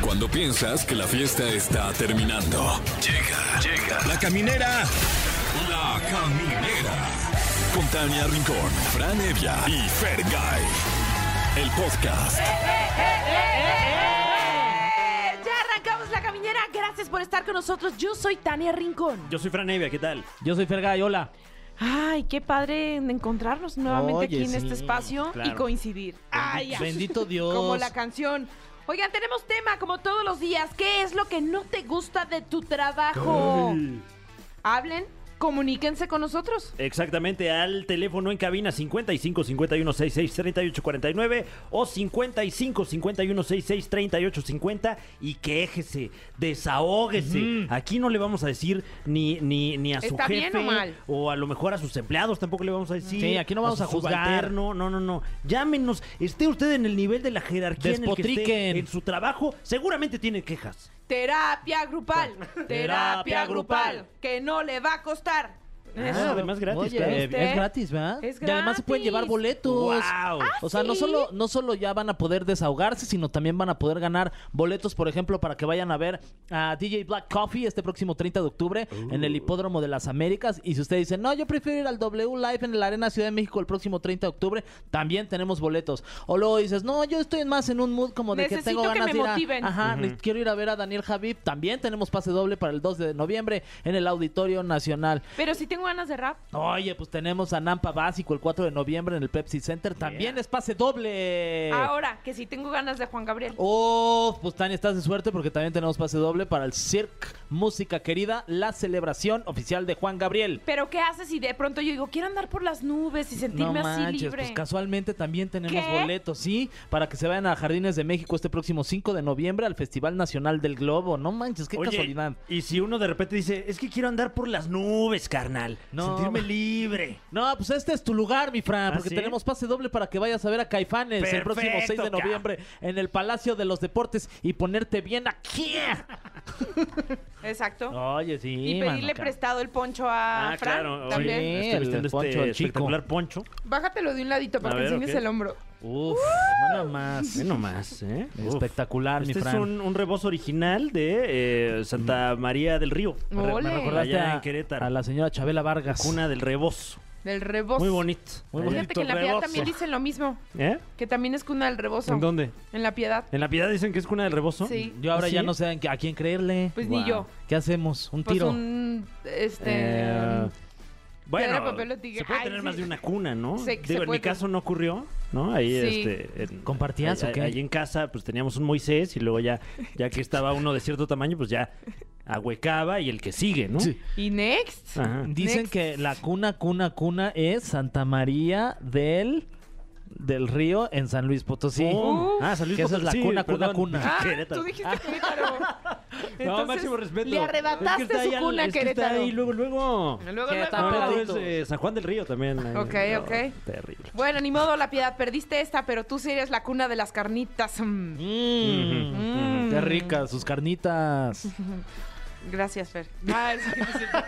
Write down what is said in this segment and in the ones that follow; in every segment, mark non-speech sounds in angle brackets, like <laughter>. Cuando piensas que la fiesta está terminando. Llega, llega. La caminera. La caminera. Con Tania Rincón, Fran Evia y Fer El podcast. ¡Eh! Ya arrancamos la caminera. Gracias por estar con nosotros. Yo soy Tania Rincón. Yo soy Fran Evia, ¿qué tal? Yo soy Fergay, hola. Ay, qué padre encontrarnos nuevamente Oye, aquí en sí, este espacio y claro. coincidir. Ay, ay. <laughs> Bendito Dios. Como la canción. Oigan, tenemos tema como todos los días. ¿Qué es lo que no te gusta de tu trabajo? Hablen, comuníquense con nosotros. Exactamente, al teléfono en cabina 55 51 66 38 49 o 55 51 66 38 50 y quéjese, desahógese. Aquí no le vamos a decir ni, ni, ni a su ¿Está bien jefe o mal? o a lo mejor a sus empleados tampoco le vamos a decir. Sí, aquí no vamos a su juzgar. subalterno. No, no, no. Llámenos, esté usted en el nivel de la jerarquía en el que esté, Despotriquen. en su trabajo, seguramente tiene quejas. Terapia grupal. Terapia <laughs> Terapia grupal. grupal. Que no le va a costar. Ah, además gratis, Oye, claro. es- es gratis, ¿verdad? Este Es Y además se pueden gratis. llevar boletos. Guau. Ah, O sea, no ¿sí? solo no solo ya van a poder desahogarse, sino también van a poder ganar boletos, por ejemplo, para que vayan a ver a DJ Black Coffee este próximo 30 de octubre en Uh. el Hipódromo de las Américas. Y si ustedes dicen, no, yo prefiero ir al W Live en la Arena Ciudad de México el próximo 30 de octubre, también tenemos boletos. O luego dices, no, yo estoy más en un mood como de Necesito que tengo que ganas me de ir a- motiven. Ajá, quiero ir a ver a Daniel Javib. También tenemos pase doble para el 2 de noviembre en el Auditorio Nacional. Pero si tengo ganas de rap. Oye, pues tenemos a Nampa Básico el 4 de noviembre en el Pepsi Center. También es pase doble. Ahora, que si tengo ganas de Juan Gabriel. Oh, pues Tania, estás de suerte porque también tenemos pase doble para el Cirque Música Querida, la celebración oficial de Juan Gabriel. Pero ¿qué haces si de pronto yo digo, quiero andar por las nubes y sentirme así libre? pues casualmente también tenemos ¿Qué? boletos, sí, para que se vayan a Jardines de México este próximo 5 de noviembre al Festival Nacional del Globo. No manches, qué Oye, casualidad. Y si uno de repente dice, es que quiero andar por las nubes, carnal. No. Sentirme libre. No, pues este es tu lugar, mi Fran, ¿Ah, porque sí? tenemos pase doble para que vayas a ver a Caifanes el próximo 6 de Perfecto, ca. noviembre en el Palacio de los Deportes y ponerte bien aquí. Exacto. <laughs> Oye, sí. y pedirle prestado el poncho Ah, a Ah, Fran también. Sí, Estoy el vistiendo poncho, este el chico. espectacular poncho. Bájatelo de un ladito para A que ver, enseñes ok. el hombro. Uf, nada más. Ve nomás, ¿eh? Uf. Espectacular, mi Este es Fran. un, un rebozo original de eh, Santa María del Río. Me re- Ole. Me recordaste Allá a, en Querétaro. a la señora Chabela Vargas. Cuna del rebozo. Del rebozo. Muy bonito. Muy Ahí. Fíjate que en la piedad Rebozo. también dicen lo mismo. ¿Eh? Que también es cuna del rebozo. ¿En dónde? En la piedad. ¿En la piedad dicen que es cuna del rebozo? Sí. Yo ahora ¿Ah, ya sí? no sé a qué- a quién creerle. Pues ni yo. ¿Qué hacemos? ¿Un Pues tiro? un. Este. Eh, Piedra, bueno, papel o tigre. se puede Ay, tener sí. más de una cuna, ¿no? Se- Digo, se en mi puede. caso no ocurrió, ¿no? Ahí, Sí. este... en- ¿Compartías ahí- o qué? Ahí en casa, pues teníamos un Moisés y luego ya, ya que estaba uno de cierto tamaño, pues ya ahuecaba y el que sigue, ¿no? Sí. Y next. Ajá. Dicen Next. que la cuna, cuna, cuna es Santa María del, del Río en San Luis Potosí. Oh. Uf. Ah, San Luis Que esa es la Potosí, cuna, cuna, perdón. cuna. Ah, <laughs> Querétaro. tú dijiste Querétaro. <laughs> no, Entonces, máximo respeto. Le arrebataste Es que está su ahí al- cuna, es que está Querétaro. ahí luego, luego. Luego, Sí, luego. está No, pegado. es eh, San Juan del Río también. ahí. Ok, No, ok. Terrible. Bueno, ni modo, la piedad, perdiste esta, pero tú sí eres la cuna de las carnitas. Mm. Mm. Mm. Qué ricas sus carnitas. Gracias, Fer. Ah, es- es <laughs> cierto.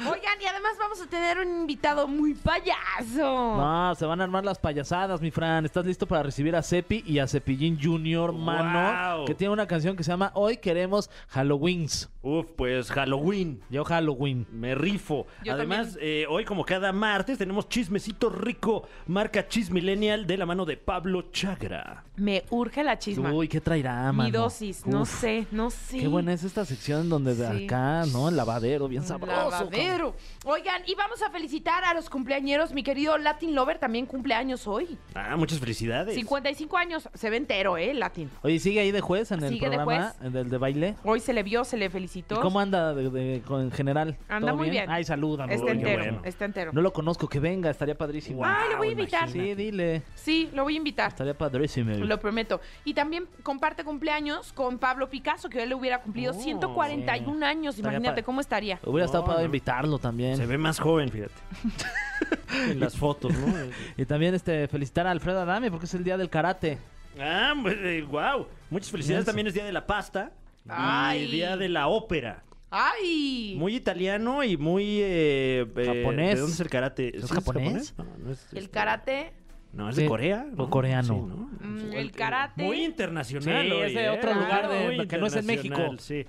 Oigan, y además vamos a tener un invitado muy payaso. No, se van a armar las payasadas, mi Fran. ¿Estás listo para recibir a Cepi y a Cepillín Junior, mano? Wow. Que tiene una canción que se llama Hoy queremos Halloweens. Uf, pues Halloween. Yo Halloween. Me rifo. Yo Además, eh, hoy como cada martes tenemos chismecito rico, marca Chis Millennial de la mano de Pablo Chagra. Me urge la chisma. Uy, ¿qué traerá, mano? Mi dosis, no Uf, sé, no sé. Qué buena es esta sección donde de Sí. acá, ¿no? El lavadero, bien sabroso. cabrón. Lavadero. Oigan, y vamos a felicitar a los cumpleañeros. Mi querido Latin Lover también cumpleaños hoy. Ah, muchas felicidades. 55 años, se ve entero, ¿eh? Latin. Oye, ¿sigue ahí de juez en el Sigue de programa juez. en el de baile? Hoy se le vio, se le ¿Y felicitó. cómo anda de- de- con- en general? Anda ¿Todo muy bien. Ay, saluda. Está Oye, entero, bueno. está entero. No lo conozco, que venga, estaría padrísimo. Ah, lo voy a invitar. Sí, dile. Sí, lo voy a invitar. Estaría padrísimo. Lo prometo. Y también comparte cumpleaños con Pablo Picasso, que hoy le hubiera cumplido Oh, 141 años. Estaría Imagínate padre. cómo estaría. Hubiera estado No, para no. invitarlo también. Se ve más joven, fíjate. <laughs> en las fotos, ¿no? Y también este felicitar a Alfredo Adame porque es el día del karate. ah, wow. Muchas felicidades. Eso. También es Día de la Pasta. Ay. Y Día de la Ópera. ¡Ay! Muy italiano y muy... eh, eh, Japonés. ¿De dónde es el karate? ¿Es ¿Sí japonés? No, no es, el este, karate No, es de Sí, Corea. ¿no? o coreano. Sí, ¿no? Mm, el karate. Muy internacional. Sí, hoy, es de ¿eh? otro lugar de- Muy que no es en México. internacional, Sí.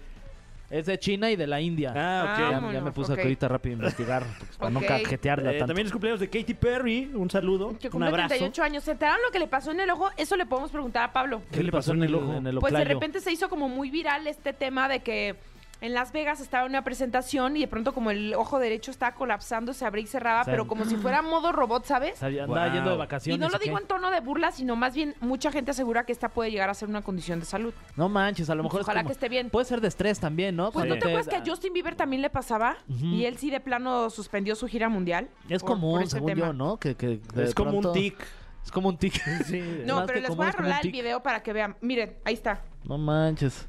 Es de China y de la India. Ah, ok. Ya- ya, vámonos, me puse ok. ahorita rápido <laughs> a investigar pues, para no Ok. cajetearla Eh, tanto. también es cumpleaños de Katy Perry. Un saludo. Que Oh, Un cumple abrazo. 38 años. ¿Se enteraron lo que le pasó en el ojo? Eso le podemos preguntar a Pablo. ¿Qué le pasó en el ojo? En el Pues de oclayo? repente se hizo como muy viral este tema de que en Las Vegas estaba en una presentación y de pronto como el ojo derecho estaba colapsando, se abría y cerraba, Se- pero como si fuera modo robot, ¿sabes? Sabía- andaba Wow. yendo de Y vacaciones. no lo ¿o qué? digo en tono de burla, sino más bien mucha gente asegura que esta puede llegar a ser una condición de salud. No manches, a lo mejor es Ojalá como- que esté bien. Puede ser de estrés también, ¿no? Pues Sí. no te acuerdas que a da- Justin Bieber también le pasaba y él sí de plano suspendió su gira mundial. Es por- común, por ese según tema. yo, ¿no? Que, que de Es como pronto- un tic. Es como <laughs> un tic. No, Más pero que les común, voy a es como un rolar el tic. video para que vean. Miren, ahí está. No manches.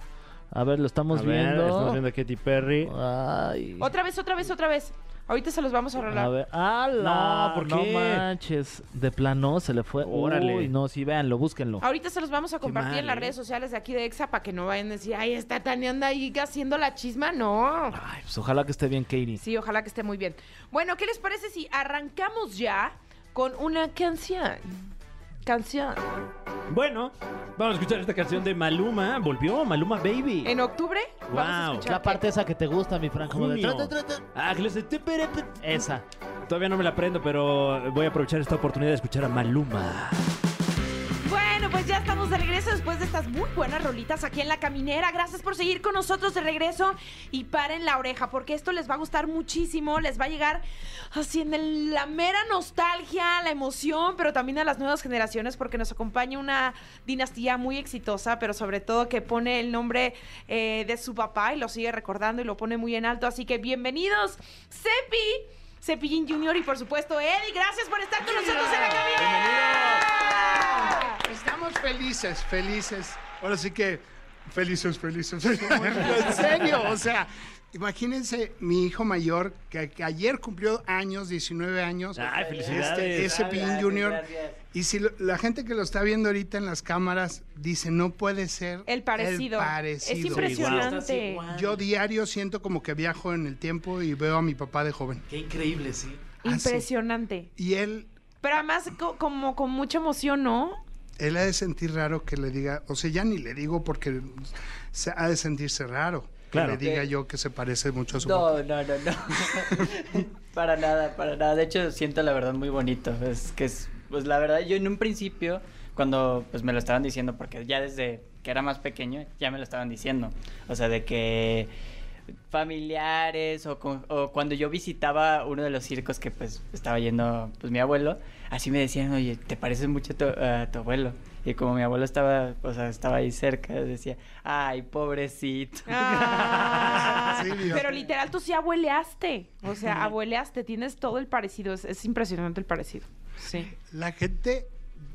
A ver, lo estamos A ver, viendo. Estamos viendo a Katy Perry. Ay. Otra vez, otra vez, otra vez. Ahorita se los vamos a rolar. A ver. ¡Hala! No, ¿por No qué? manches. De plano se le fue. Órale. Ah. Uy, no, sí, véanlo, búsquenlo. Ahorita se los vamos a compartir mal, en las ¿eh? redes sociales de aquí de EXA para que no vayan a decir, ay, está Tania anda ahí haciendo la chisma. No. Ay, pues ojalá que esté bien, Katie. Sí, ojalá que esté muy bien. Bueno, ¿qué les parece si arrancamos ya con una canción? Canción. Bueno, vamos a escuchar esta canción de Maluma. Volvió Maluma Baby. En octubre vamos a Wow. escuchar La que- parte esa que te gusta, mi Fran. Ah, como de Junio. tra- tra- tra- Ah, que lo sé. Esa. Todavía no me la aprendo, pero voy a aprovechar esta oportunidad de escuchar a Maluma. Bueno, pues ya estamos de regreso después de estas muy buenas rolitas aquí en la caminera. Gracias por seguir con nosotros de regreso y paren la oreja porque esto les va a gustar muchísimo, les va a llegar así en el- la mera nostalgia, la emoción, pero también a las nuevas generaciones porque nos acompaña una dinastía muy exitosa, pero sobre todo que pone el nombre eh, de su papá y lo sigue recordando y lo pone muy en alto. Así que bienvenidos, Cepi, Cepillín Junior y por supuesto Eddie. Gracias por estar con nosotros en la caminera. Estamos felices, felices. Ahora sí que felices, felices. en serio, o sea, imagínense mi hijo mayor que, que ayer cumplió años, 19 años. Ay, Este, felicidades. ese Pin Junior. Y si lo- la gente que lo está viendo ahorita en las cámaras dice, no puede ser. El parecido. parecido". Es impresionante. Yo diario siento como que viajo en el tiempo y veo a mi papá de joven. Qué increíble, sí. Ah, sí. Impresionante. Y él Pero además, co- como con mucha emoción, ¿no? él ha de sentir raro que le diga, o sea, ya ni le digo porque se ha de sentirse raro Claro. que le diga yo que se parece mucho a su papá. No, no, no, no. <laughs> para nada, para nada. De hecho, siento la verdad muy bonito. Es que es, pues la verdad, yo en un principio, cuando pues me lo estaban diciendo, porque ya desde que era más pequeño, ya me lo estaban diciendo. O sea, de que familiares o, con- o cuando yo visitaba uno de los circos que pues estaba yendo pues mi abuelo, así me decían, oye, te pareces mucho a tu, a tu abuelo. Y como mi abuelo estaba, o sea, estaba ahí cerca, decía, ay, pobrecito. <laughs> <laughs> Ah, Sí, Dios. pero literal, tú sí abueleaste. O sea, abueleaste. Tienes todo el parecido. Es, es impresionante el parecido. Sí. La gente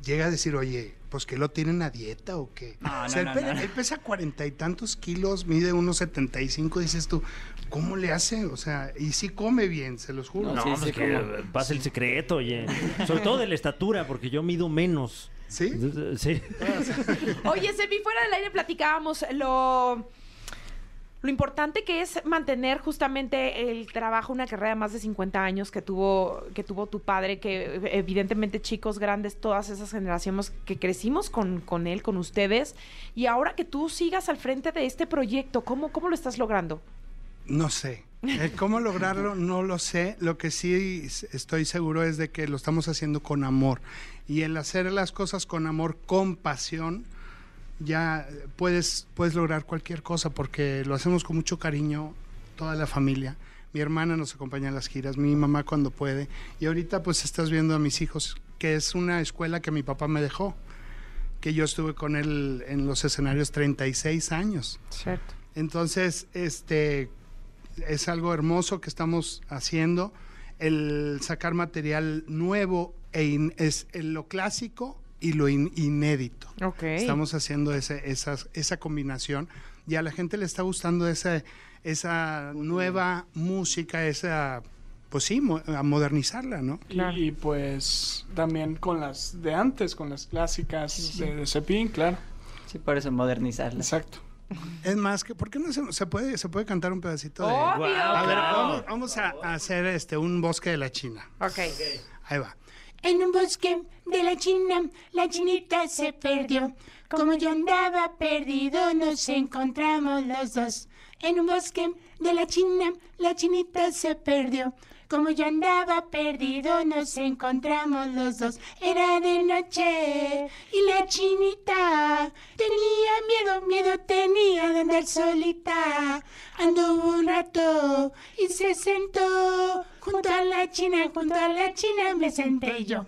llega a decir, oye, pues que lo tienen a dieta o qué. No, o sea, no, él, no, pe- no. él pesa cuarenta y tantos kilos, mide unos setenta y cinco, dices tú, ¿cómo le hace? O sea, y sí come bien, se los juro. No, No, Sí, pues sí, que como- pasa el secreto, oye. Sobre todo de la estatura, porque yo mido menos. ¿Sí? Sí. Oye, Semi, fuera del aire platicábamos lo. Lo importante que es mantener justamente el trabajo, una carrera de más de 50 años que tuvo, que tuvo tu padre, que evidentemente chicos grandes, todas esas generaciones que crecimos con, con él, con ustedes, y ahora que tú sigas al frente de este proyecto, ¿cómo, cómo lo estás logrando? No sé. Eh, ¿Cómo lograrlo? No lo sé. Lo que sí s- estoy seguro es de que lo estamos haciendo con amor. Y el hacer las cosas con amor, con pasión, ya eh, puedes, puedes lograr cualquier cosa porque lo hacemos con mucho cariño, toda la familia. Mi hermana nos acompaña a las giras, mi mamá cuando puede. Y ahorita pues estás viendo a mis hijos, que es una escuela que mi papá me dejó, que yo estuve con él en los escenarios 36 años. Cierto. Entonces, este es algo hermoso que estamos haciendo. El sacar material nuevo e in- es en lo clásico y lo in- inédito. Ok. Estamos haciendo ese- esas- esa combinación y a la gente le está gustando esa, esa nueva música, esa, pues sí, mo- a modernizarla, ¿no? Y, y, pues también con las de antes, con las clásicas de, de Cepín, claro. Sí, por eso modernizarla. Exacto. Es más que, ¿por qué no se, se puede, se puede cantar un pedacito de... Obvio. Guau, A ver, claro. vamos, vamos a, a hacer este, un bosque de la China. Ok. Ahí va. En un bosque de la China, la chinita se perdió. Como yo andaba perdido, nos encontramos los dos. En un bosque de la China, la chinita se perdió. Como yo andaba perdido, nos encontramos los dos. Era de noche y la chinita tenía miedo, miedo tenía de andar solita. Anduvo un rato y se sentó junto a la china, junto a la china me senté yo.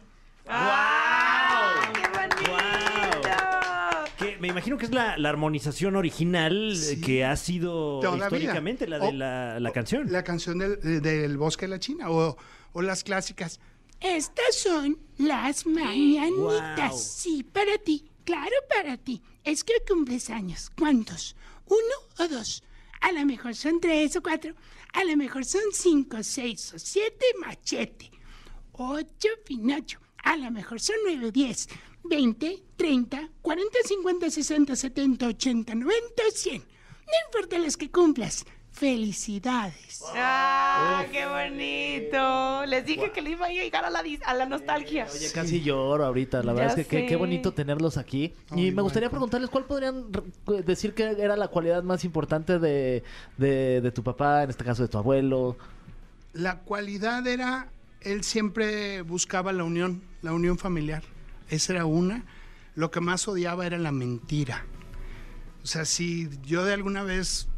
¡Ah! ¡Qué bonito! Que me imagino que es la, la armonización original Sí. que ha sido Todavía. históricamente la de O- la, la canción. Oh, La canción del, del Bosque de la China o, o las clásicas. Estas son las mañanitas. Guau. Sí, para ti. Claro, para ti. Es que cumples años. ¿Cuántos? ¿Uno o dos? A lo mejor son tres o cuatro. A lo mejor son cinco, seis o siete machete. Ocho, pinocho. A lo mejor son nueve, diez. Veinte, treinta, cuarenta, cincuenta, sesenta, setenta, ochenta, noventa, cien. No importa las que cumplas. Felicidades. ¡Ah, qué bonito! Les dije que le iba a llegar a la, dis- a la nostalgia. Oye, casi lloro ahorita, Ya la verdad es que qué, qué sé. bonito tenerlos aquí. y me gustaría preguntarles cuál podrían re- decir que era la cualidad más importante de, de- de tu papá, en este caso de tu abuelo. La cualidad era, él siempre buscaba la unión, la unión familiar. Esa era una. Lo que más odiaba era la mentira. O sea, si yo de alguna vez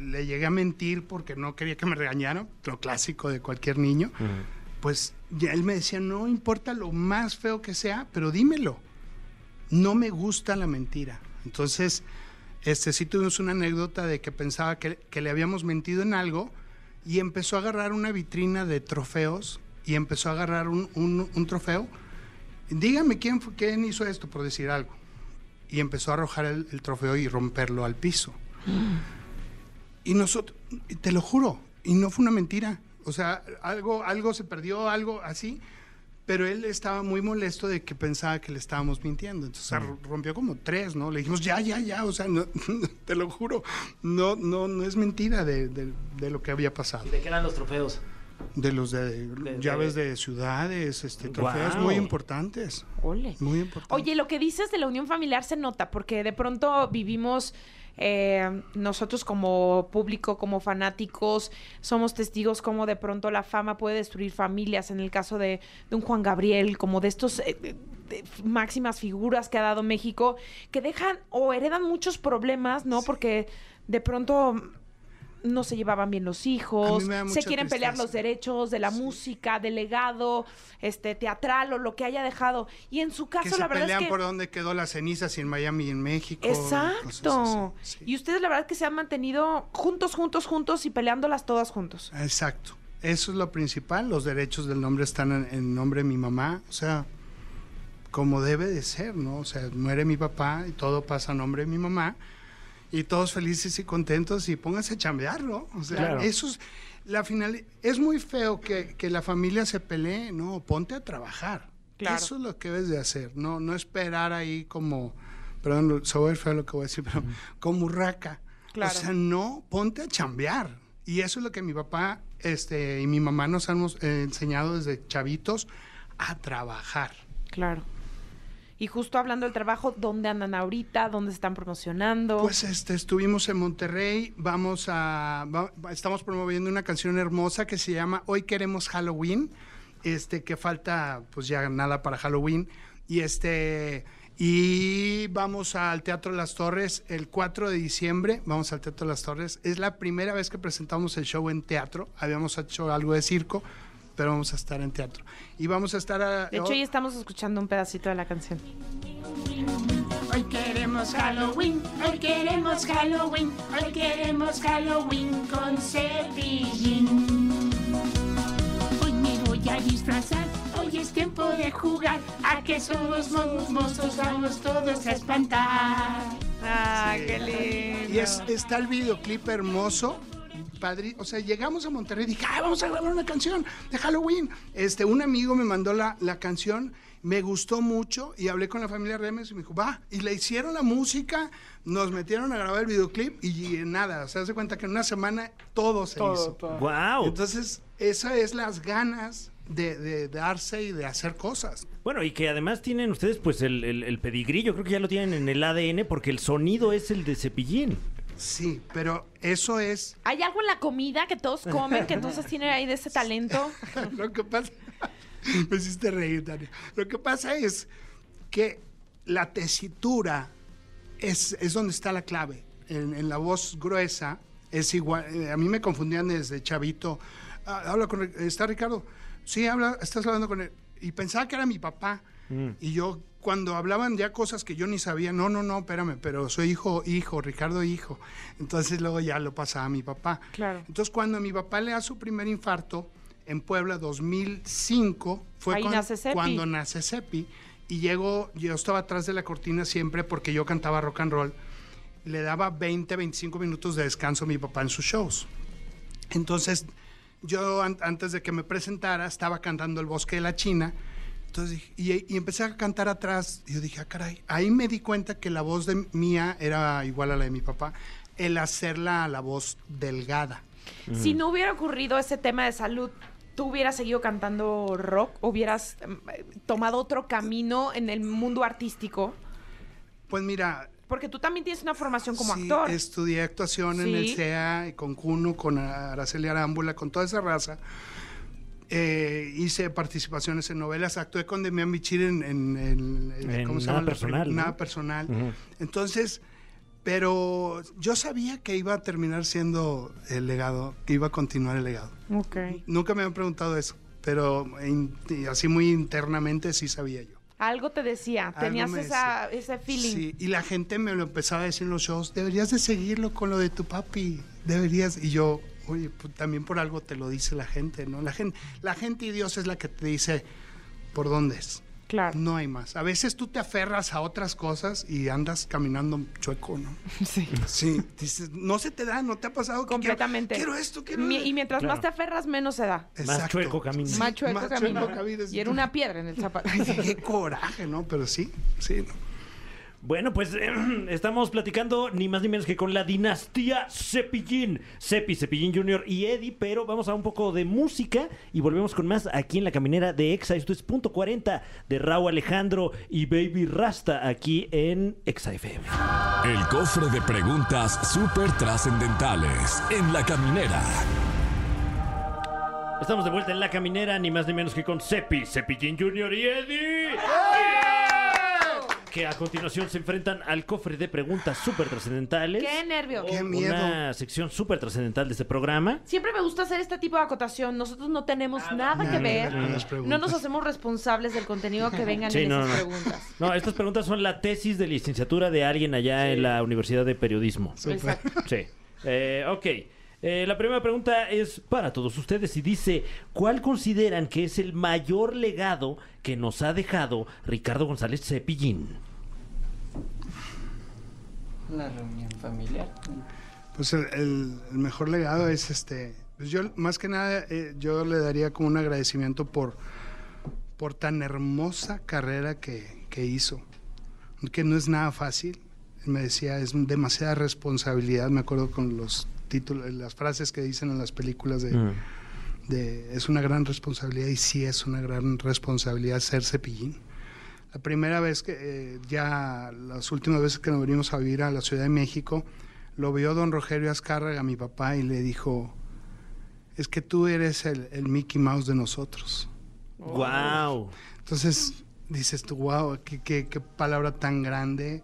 le llegué a mentir porque no quería que me regañaran, lo clásico de cualquier niño, pues ya él me decía, no importa lo más feo que sea, pero dímelo. No me gusta la mentira. Entonces, este, sí tuvimos una anécdota de que pensaba que, que le habíamos mentido en algo y empezó a agarrar una vitrina de trofeos y empezó a agarrar un, un- un trofeo. Dígame quién, fue- quién hizo esto, por decir algo. Y empezó a arrojar el, el trofeo y romperlo al piso. Y nosotros, te lo juro, y no fue una mentira. O sea, algo, algo se perdió, algo así. Pero él estaba muy molesto de que pensaba que le estábamos mintiendo. Entonces ar- rompió como tres, ¿no? Le dijimos, ya, ya, ya. O sea, no, <laughs> te lo juro, no, no, no es mentira de, de- de lo que había pasado. ¿De qué eran los trofeos? De los de, de- llaves de ciudades, este, trofeos Guau. muy importantes. Ole. Muy importantes. Oye, lo que dices de la unión familiar se nota, porque de pronto vivimos eh, nosotros como público, como fanáticos, somos testigos como de pronto la fama puede destruir familias, en el caso de, de un Juan Gabriel, como de estos eh, de- de f- máximas figuras que ha dado México, que dejan o heredan muchos problemas, ¿no? Porque de pronto no se llevaban bien los A hijos, mí me da se mucha quieren pelear los tristeza. derechos de la música, del legado, este teatral o lo que haya dejado. Y en su caso, que se la verdad pelean es que por dónde quedó las cenizas, si en Miami y en México. Exacto. cosas así, sí. Y ustedes la verdad que se han mantenido juntos, juntos, juntos y peleándolas todas juntos. Ah. Exacto. Eso es lo principal. Los derechos del nombre están en, en nombre de mi mamá. O sea, como debe de ser, ¿no? O sea, muere mi papá y todo pasa a nombre de mi mamá. Y todos felices y contentos y pónganse a chambear, ¿no? O sea, Claro. eso es... La final, es muy feo que, que la familia se pelee, no, ponte a trabajar. Claro. Eso es lo que debes de hacer, no, no esperar ahí como, perdón, lo- se va a oír feo lo que voy a decir, pero como urraca. Claro. O sea, no, ponte a chambear. Y eso es lo que mi papá este, y mi mamá nos han mos- eh, enseñado desde chavitos a trabajar. Claro. Y justo hablando del trabajo, ¿dónde andan ahorita? ¿Dónde se están promocionando? Pues este, estuvimos en Monterrey, vamos a, va- va- estamos promoviendo una canción hermosa que se llama Hoy queremos Halloween, este, que falta pues ya nada para Halloween y este y vamos al Teatro Las Torres el 4 de diciembre, vamos al Teatro Las Torres, es la primera vez que presentamos el show en teatro, habíamos hecho algo de circo, pero vamos a estar en teatro y vamos a estar a- de hecho, ya estamos escuchando un pedacito de la canción. Hoy queremos Halloween, hoy queremos Halloween, hoy queremos Halloween con cepillín. Hoy me voy a disfrazar, hoy es tiempo de jugar, a que somos mo- mozos, vamos todos a espantar. Ah, qué lindo. Y es, está el videoclip hermoso. Padre, o sea, llegamos a Monterrey y dije, "Ah, vamos a grabar una canción de Halloween. Este, un amigo me mandó la, la canción, me gustó mucho y hablé con la familia Remes y me dijo, va, y le hicieron la música, nos metieron a grabar el videoclip y, eh, nada, se hace cuenta que en una semana todo se Todo, hizo. todo. ¡Wow! Entonces, esa es las ganas de, de darse y de hacer cosas. Bueno, y que además tienen ustedes pues el, el, el pedigrí, yo creo que ya lo tienen en el ADN porque el sonido es el de cepillín. Sí, pero eso es <laughs> ¿Hay algo en la comida que todos comen que entonces tienen ahí de ese talento? <laughs> Lo que pasa. Me hiciste reír, Tania. Lo que pasa es que la tesitura es, es donde está la clave. En, en la voz gruesa es igual. eh, A mí me confundían desde chavito. Ah, habla con. Ri- ¿Está Ricardo? Sí, habla, estás hablando con él. Y pensaba que era mi papá. Y yo, cuando hablaban ya cosas que yo ni sabía, no, no, no, espérame, pero soy hijo, hijo, Ricardo, hijo. Entonces luego ya lo pasaba a mi papá. Claro. Entonces, cuando a mi papá le da su primer infarto en Puebla 2005, fue Ahí cuan- nace Sepi. cuando nace Sepi. Y llegó, yo estaba atrás de la cortina siempre porque yo cantaba rock and roll. Le daba 20, 25 minutos de descanso a mi papá en sus shows. Entonces, yo an- antes de que me presentara, estaba cantando El Bosque de la China. Entonces, dije- y, y empecé a cantar atrás. Y yo dije, ah, caray. Ahí me di cuenta que la voz de mía era igual a la de mi papá. El hacerla a la voz delgada. Si no hubiera ocurrido ese tema de salud, ¿tú hubieras seguido cantando rock? ¿Hubieras em, eh, tomado otro camino en el mundo artístico? Pues mira, Porque tú también tienes una formación como sí, actor. estudié actuación en el Sí. CEA, con Cuno, con Araceli Arámbula, con toda esa raza. Eh, hice participaciones en novelas, actué con Demian Bichir en, en- en- en- En Nada la Personal, prim- ¿no? Nada personal. Entonces, pero yo sabía que iba a terminar siendo el legado, que iba a continuar el legado. Nunca me han preguntado eso, pero in- así muy internamente sí sabía yo. Algo te decía, Algo tenías me esa, decía. ese feeling. Sí, y la gente me lo empezaba a decir en los shows, deberías de seguirlo con lo de tu papi, deberías. Y yo, oye, pues, también por algo te lo dice la gente, ¿no? La gente, la gente y Dios es la que te dice por dónde es. Claro. No hay más. A veces tú te aferras a otras cosas y andas caminando chueco, ¿no? Sí. Sí, dices, no se te da, no te ha pasado. que quiero- Completamente. Quiero, esto, quiero Mi- y mientras Claro. más te aferras, menos se da. Más chueco camino. Sí, Macho más camino. chueco caminas. Y era una piedra en el zapato. <laughs> Qué coraje, ¿no? Pero sí, sí. ¿no? Bueno, pues <clears throat> estamos platicando ni más ni menos que con la dinastía Cepillín. Cepi, Cepillín Jr. y Eddie, pero vamos a un poco de música y volvemos con más aquí en la caminera de Exa. Esto es punto 40 de Raúl Alejandro y Baby Rasta aquí en Exa FM. El cofre de preguntas súper trascendentales en la caminera. Estamos de vuelta en la caminera, ni más ni menos que con Cepi, Cepillín Jr. y Eddie. Que a continuación se enfrentan al cofre de preguntas súper trascendentales. Qué nervio. Qué Una miedo. sección súper trascendental de este programa. Siempre me gusta hacer este tipo de acotación. Nosotros no tenemos nada, que ver. con las No preguntas. nos hacemos responsables del contenido <laughs> que vengan Sí, en no, esas no. preguntas. No, estas preguntas son la tesis de licenciatura de alguien allá en la Universidad de Periodismo. Exacto. Sí. Eh, ok. Eh, la primera pregunta es para todos ustedes y dice, ¿cuál consideran que es el mayor legado que nos ha dejado Ricardo González Cepillín? Una reunión familiar. Pues el, el- el mejor legado es este. pues yo, más que nada, eh, yo le daría como un agradecimiento por, por tan hermosa carrera que, que hizo. Que no es nada fácil. Me decía, es demasiada responsabilidad. Me acuerdo con los títulos, las frases que dicen en las películas Mm. de. de- es una gran responsabilidad y sí es una gran responsabilidad ser cepillín. La primera vez que eh, ya, las últimas veces que nos venimos a vivir a la Ciudad de México, lo vio don Rogelio Azcárraga, mi papá, y le dijo, es que tú eres el, el Mickey Mouse de nosotros. ¡Wow! Entonces dices tú, wow, qué, qué- qué palabra tan grande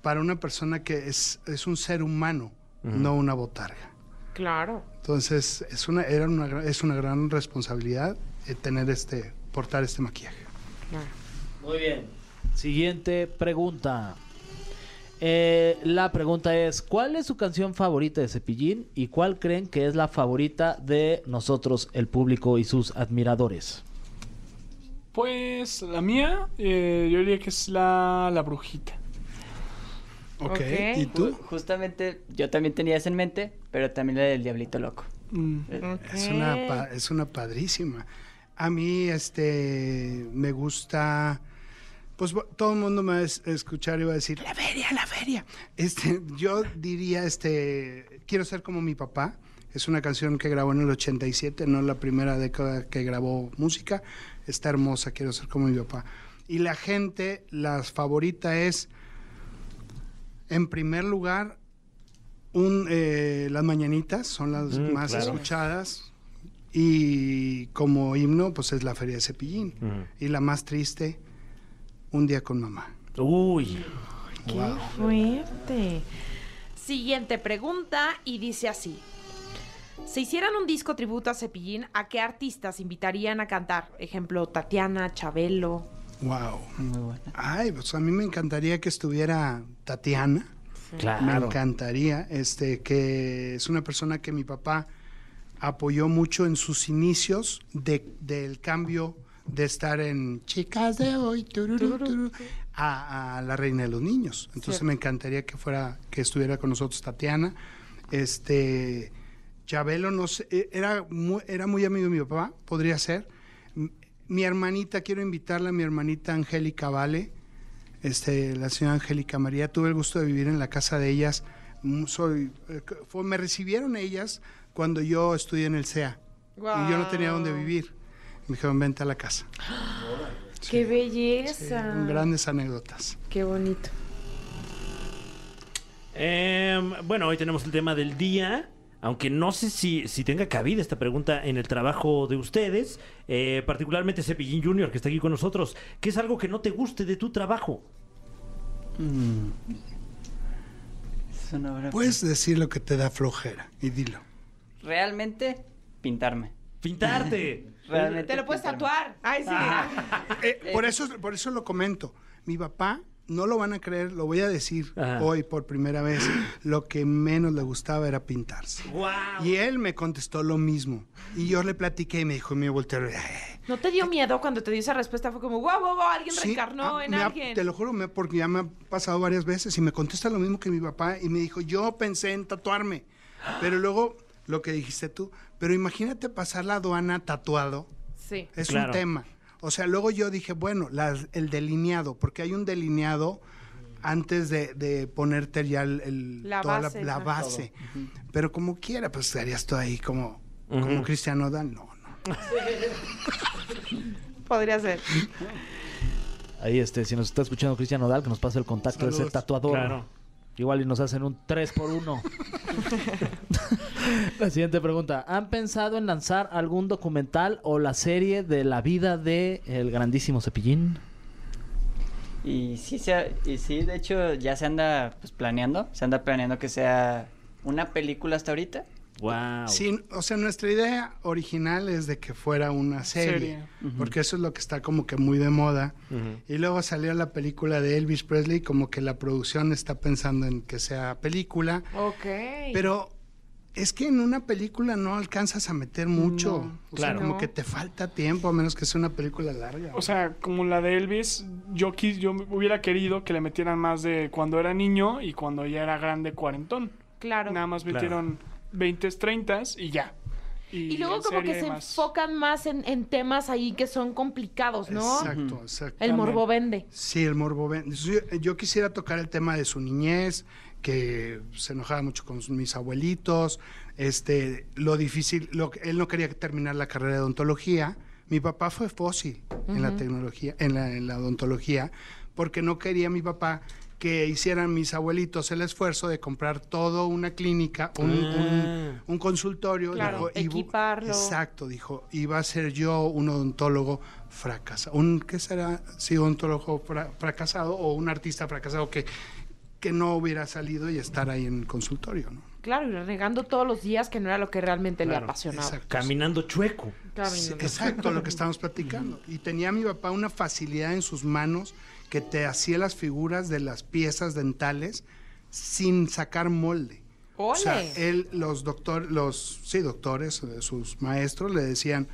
para una persona que es, es un ser humano, no una botarga. Claro. Entonces, es una, era una, gra- es una gran responsabilidad eh, tener este, portar este maquillaje. Muy bien. Siguiente pregunta. Eh, la pregunta es, ¿cuál es su canción favorita de Cepillín y cuál creen que es la favorita de nosotros, el público y sus admiradores? Pues la mía, eh, yo diría que es la, la brujita. Ok, Ok. ¿y tú? Justamente yo también tenía esa en mente, pero también la del Diablito Loco. Eh, Mm. Es, una, pa- es una padrísima. A mí este, me gusta... Pues bo- todo el mundo me va a es- escuchar y va a decir, la feria, la feria. Este, yo diría, este, quiero ser como mi papá. Es una canción que grabó en el 87, no la primera década que grabó música. Está hermosa, quiero ser como mi papá. Y la gente, la favorita es, en primer lugar, un, eh, las mañanitas, son las Mm, más claro. escuchadas. Y como himno, pues es la Feria de Cepillín. Ujú. Y la más triste, Un día con mamá. Uy. Qué fuerte. Siguiente pregunta y dice así. Si hicieran un disco tributo a Cepillín, ¿a qué artistas invitarían a cantar? Ejemplo, Tatiana, Chabelo. Wow. Muy buena. Ay, pues a mí me encantaría que estuviera Tatiana. Me Claro. encantaría. Este, que es una persona que mi papá apoyó mucho en sus inicios de- del cambio de estar en Chicas de hoy tururú, tururú, a, a la reina de los niños. Entonces Cierto. me encantaría que fuera, que estuviera con nosotros Tatiana. Este Chabelo no sé, e- era muy, era muy amigo de mi papá, podría ser. M- Mi hermanita, quiero invitarla, mi hermanita Angélica Vale este, la señora Angélica María. Tuve el gusto de vivir en la casa de ellas. Mm, Soy, eh, c- fue- me recibieron ellas cuando yo estudié en el CEA. Y yo no tenía Guau. dónde vivir. Me dijeron, vente a la casa. ¡Qué Sí, belleza! grandes anécdotas. ¡Qué bonito! Em, bueno, hoy tenemos el tema del día. Aunque no sé si, si tenga cabida esta pregunta en el trabajo de ustedes, eh, particularmente Cepillín Junior, que está aquí con nosotros, ¿qué es algo que no te guste de tu trabajo? Es una buena- Puedes decir lo que te da flojera y dilo. Realmente, pintarme. Pintarte. Realmente Te lo puedes pintarme. tatuar. Ay, sí. Eh, por, eso, por eso lo comento. Mi papá, no lo van a creer, lo voy a decir Ajá. hoy por primera vez. Lo que menos le gustaba era pintarse. ¡Guau! Y él me contestó lo mismo. Y yo le platiqué y me dijo, y me volteó. "Ay, ¿No te dio miedo cuando te dio esa respuesta? Fue como, wow, wow, wow, alguien Sí, reencarnó ah, en me ha- alguien. te lo juro, me- porque ya me ha pasado varias veces y me contesta lo mismo que mi papá y me dijo, yo pensé en tatuarme, pero luego lo que dijiste tú, pero imagínate pasar la aduana tatuado, Sí. es Claro. un tema. O sea, luego yo dije, bueno, las- el delineado, porque hay un delineado antes de, de ponerte ya el, el- La toda base, la ajá. base. Pero como quiera, pues estarías tú ahí como, como Cristiano Dan, no, no. Podría ser. Ahí, este, si nos está escuchando Cristian Odal, que nos pase el contacto de ese Saludos. tatuador. Claro. Igual y nos hacen un 3 por 1 <laughs> La siguiente pregunta. ¿Han pensado en lanzar algún documental o la serie de la vida de el grandísimo Cepillín? Y sí, se ha- y sí, de hecho ya se anda pues, planeando, se anda planeando que sea una película hasta ahorita. ¡Guau! Sí, o sea, nuestra idea original es de que fuera una serie, Serie. porque eso es lo que está como que muy de moda. Ujú. Y luego salió la película de Elvis Presley, como que la producción está pensando en que sea película, Ok. pero es que en una película no alcanzas a meter mucho, o sea, claro. como No. que te falta tiempo a menos que sea una película larga. O sea, como la de Elvis, yo, quis- yo hubiera querido que le metieran más de cuando era niño y cuando ya era grande cuarentón. claro. Nada más Claro. metieron 20, 30 y ya. Y luego en como que serie se más. enfocan más en, en temas ahí que son complicados, ¿no? Exacto, exacto. El morbo vende. Sí, el morbo. ven- Yo, eh, yo quisiera tocar el tema de su niñez, que se enojaba mucho con sus- mis abuelitos, este, lo difícil, lo, que- él no quería terminar la carrera de odontología. Mi papá fue fósil en la tecnología, en la, en la odontología, porque no quería mi papá que hicieran mis abuelitos el esfuerzo de comprar todo una clínica, un, un- un consultorio. Claro, y bu- equiparlo. Exacto, dijo, iba a ser yo un odontólogo fracasado. Un, ¿Qué será? Sí, odontólogo fra- fracasado o un artista fracasado que, que no hubiera salido y estar ahí en el consultorio, ¿no? Claro, y renegando todos los días que no era lo que realmente le Claro, apasionaba. exacto. Caminando chueco. Sí, Caminando. exacto, <laughs> lo que estamos platicando. Y tenía mi papá una facilidad en sus manos que te hacía las figuras de las piezas dentales sin sacar molde. O sea, eh, ¡Ole! él, los doctores, los, sí, doctores, eh, sus maestros le decían,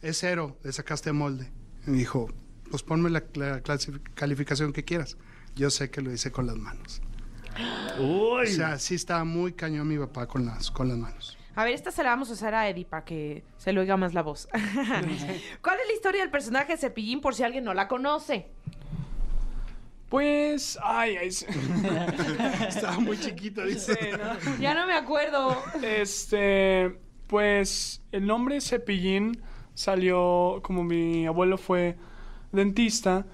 es cero, le sacaste molde. Y me dijo, pues ponme la, la clasi- calificación que quieras. Yo sé que lo hice con las manos. ¡Uy! O sea, sí estaba muy cañón mi papá con las, con las manos. <laughs> A ver, esta se la vamos a usar a Eddie para que se le oiga más <laughs> la voz. <laughs> ¿Cuál es la historia del personaje de Cepillín por si alguien no la conoce? Pues, ay, ay. sí. <laughs> Estaba muy chiquito, dice. Ya no <laughs> me acuerdo. Este, pues el nombre Cepillín salió, como mi abuelo fue dentista,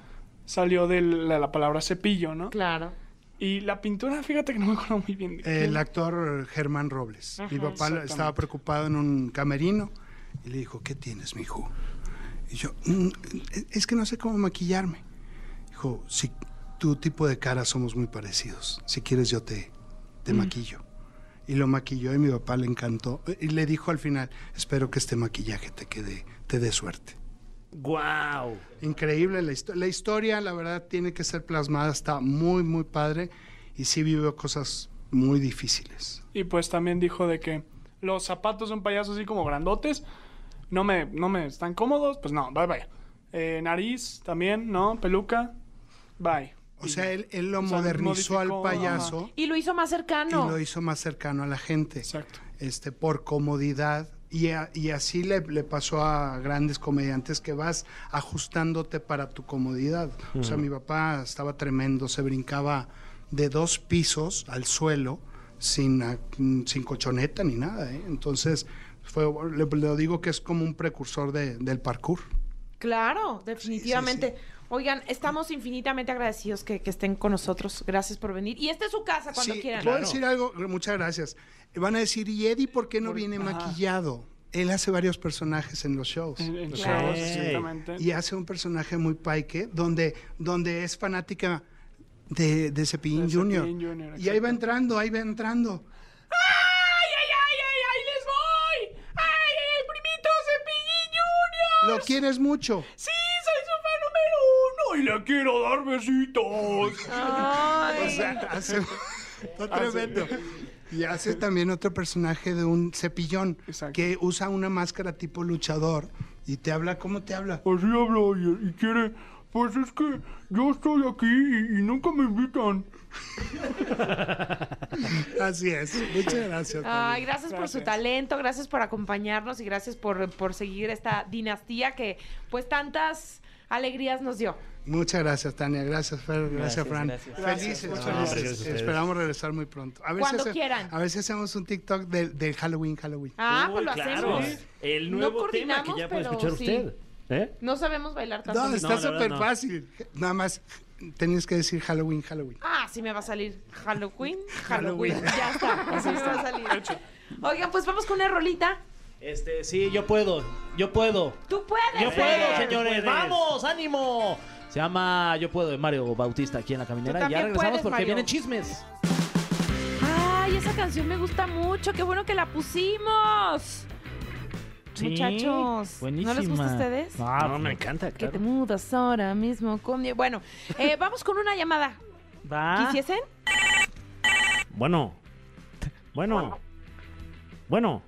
salió de la, la palabra cepillo, ¿no? Claro. Y la pintura, fíjate que no me acuerdo muy bien. de El quién. actor Germán Robles. Mi papá Exactamente. estaba preocupado en un camerino y le dijo, ¿qué tienes, mijo? Y yo, "Mm, es que no sé cómo maquillarme. Dijo, si tu tipo de cara somos muy parecidos. Si quieres yo te, te maquillo. Y lo maquilló y mi papá le encantó. Y le dijo al final, espero que este maquillaje te quede, te dé suerte. ¡Guau! Increíble la historia. La historia, la verdad, tiene que ser plasmada. Está muy, muy padre. Y sí vivió cosas muy difíciles. Y pues también dijo de que los zapatos de un payaso así como grandotes no me, no me están cómodos, pues no, bye bye. Eh, nariz también, ¿no? Peluca, bye. O Y sea, ya. él, él lo O sea, modernizó al modificó, payaso Y lo hizo más y cercano. lo hizo más cercano a la gente, Exacto. este, por comodidad. Y, a- y así le, le pasó a grandes comediantes que vas ajustándote para tu comodidad. O sea, mi papá estaba tremendo, se brincaba de dos pisos al suelo sin, a- sin colchoneta ni nada. ¿eh? Entonces, fue, le, le digo que es como un precursor de- del parkour. Claro, definitivamente. Oigan, estamos infinitamente agradecidos que, que estén con nosotros. Gracias por venir. Y esta es su casa cuando Sí, quieran. ¿Puedo decir algo? Muchas gracias. Van a decir, ¿y Eddie por qué no viene maquillado? Él hace varios personajes en los shows. En, en Claro. shows, exactamente. Y hace un personaje muy paique, donde, donde es fanática de, de Cepillín De Junior. Cepillín Junior, y ahí va exacto. entrando, ahí va entrando. ¡Ay, ay, ay, ay! ¡Ahí les voy! ¡Ay, ay, ay, primito Cepillín Junior! Lo quieres mucho. ¡Sí, soy su fan uno y le quiero dar besitos. Ay. O sea, hace. está <laughs> tremendo. Y hace también otro personaje de un cepillón Exacto. que usa una máscara tipo luchador y te habla, ¿cómo te habla? Así habla Pues y, y quiere. Pues es que yo estoy aquí y, y nunca me invitan. Así es. Muchas gracias. Ay, gracias, por su Gracias. talento, gracias por acompañarnos y gracias por, por seguir esta dinastía que pues tantas alegrías nos dio. Muchas gracias, Tania. Gracias, Fer. Gracias, Gracias, Fran. gracias. Felices, Gracias, felices. gracias a ustedes. Esperamos regresar muy pronto. A ver Cuando si hace- quieran. A ver si hacemos un TikTok del del Halloween, Halloween. Ah, Uy, pues lo claro. hacemos. El No nuevo tema que coordinamos, ya puede pero escuchar sí. usted. ¿Eh? No sabemos bailar tanto. No, la está verdad, súper no. fácil. Nada más tenías que decir Halloween, Halloween. Ah, sí me va a salir Halloween, Halloween. Halloween. ya está, así me va a salir. Oigan, pues vamos con una rolita. Este, sí, yo puedo, yo puedo. Tú puedes. Yo Fer. puedo, puedes. señores. Vamos, ánimo. Se llama Yo puedo de Mario Bautista aquí en la Tú caminera. Y ya también regresamos puedes, porque Mario. vienen chismes. Ay, esa canción me gusta mucho. Qué bueno que la pusimos. Muchachos, buenísima. ¿no les gusta a ustedes? Ah, no, pues, me encanta. Que Claro. te mudas ahora mismo con... Bueno, eh, vamos con una llamada. va. ¿Quisiesen? <laughs> Bueno. Bueno. Bueno.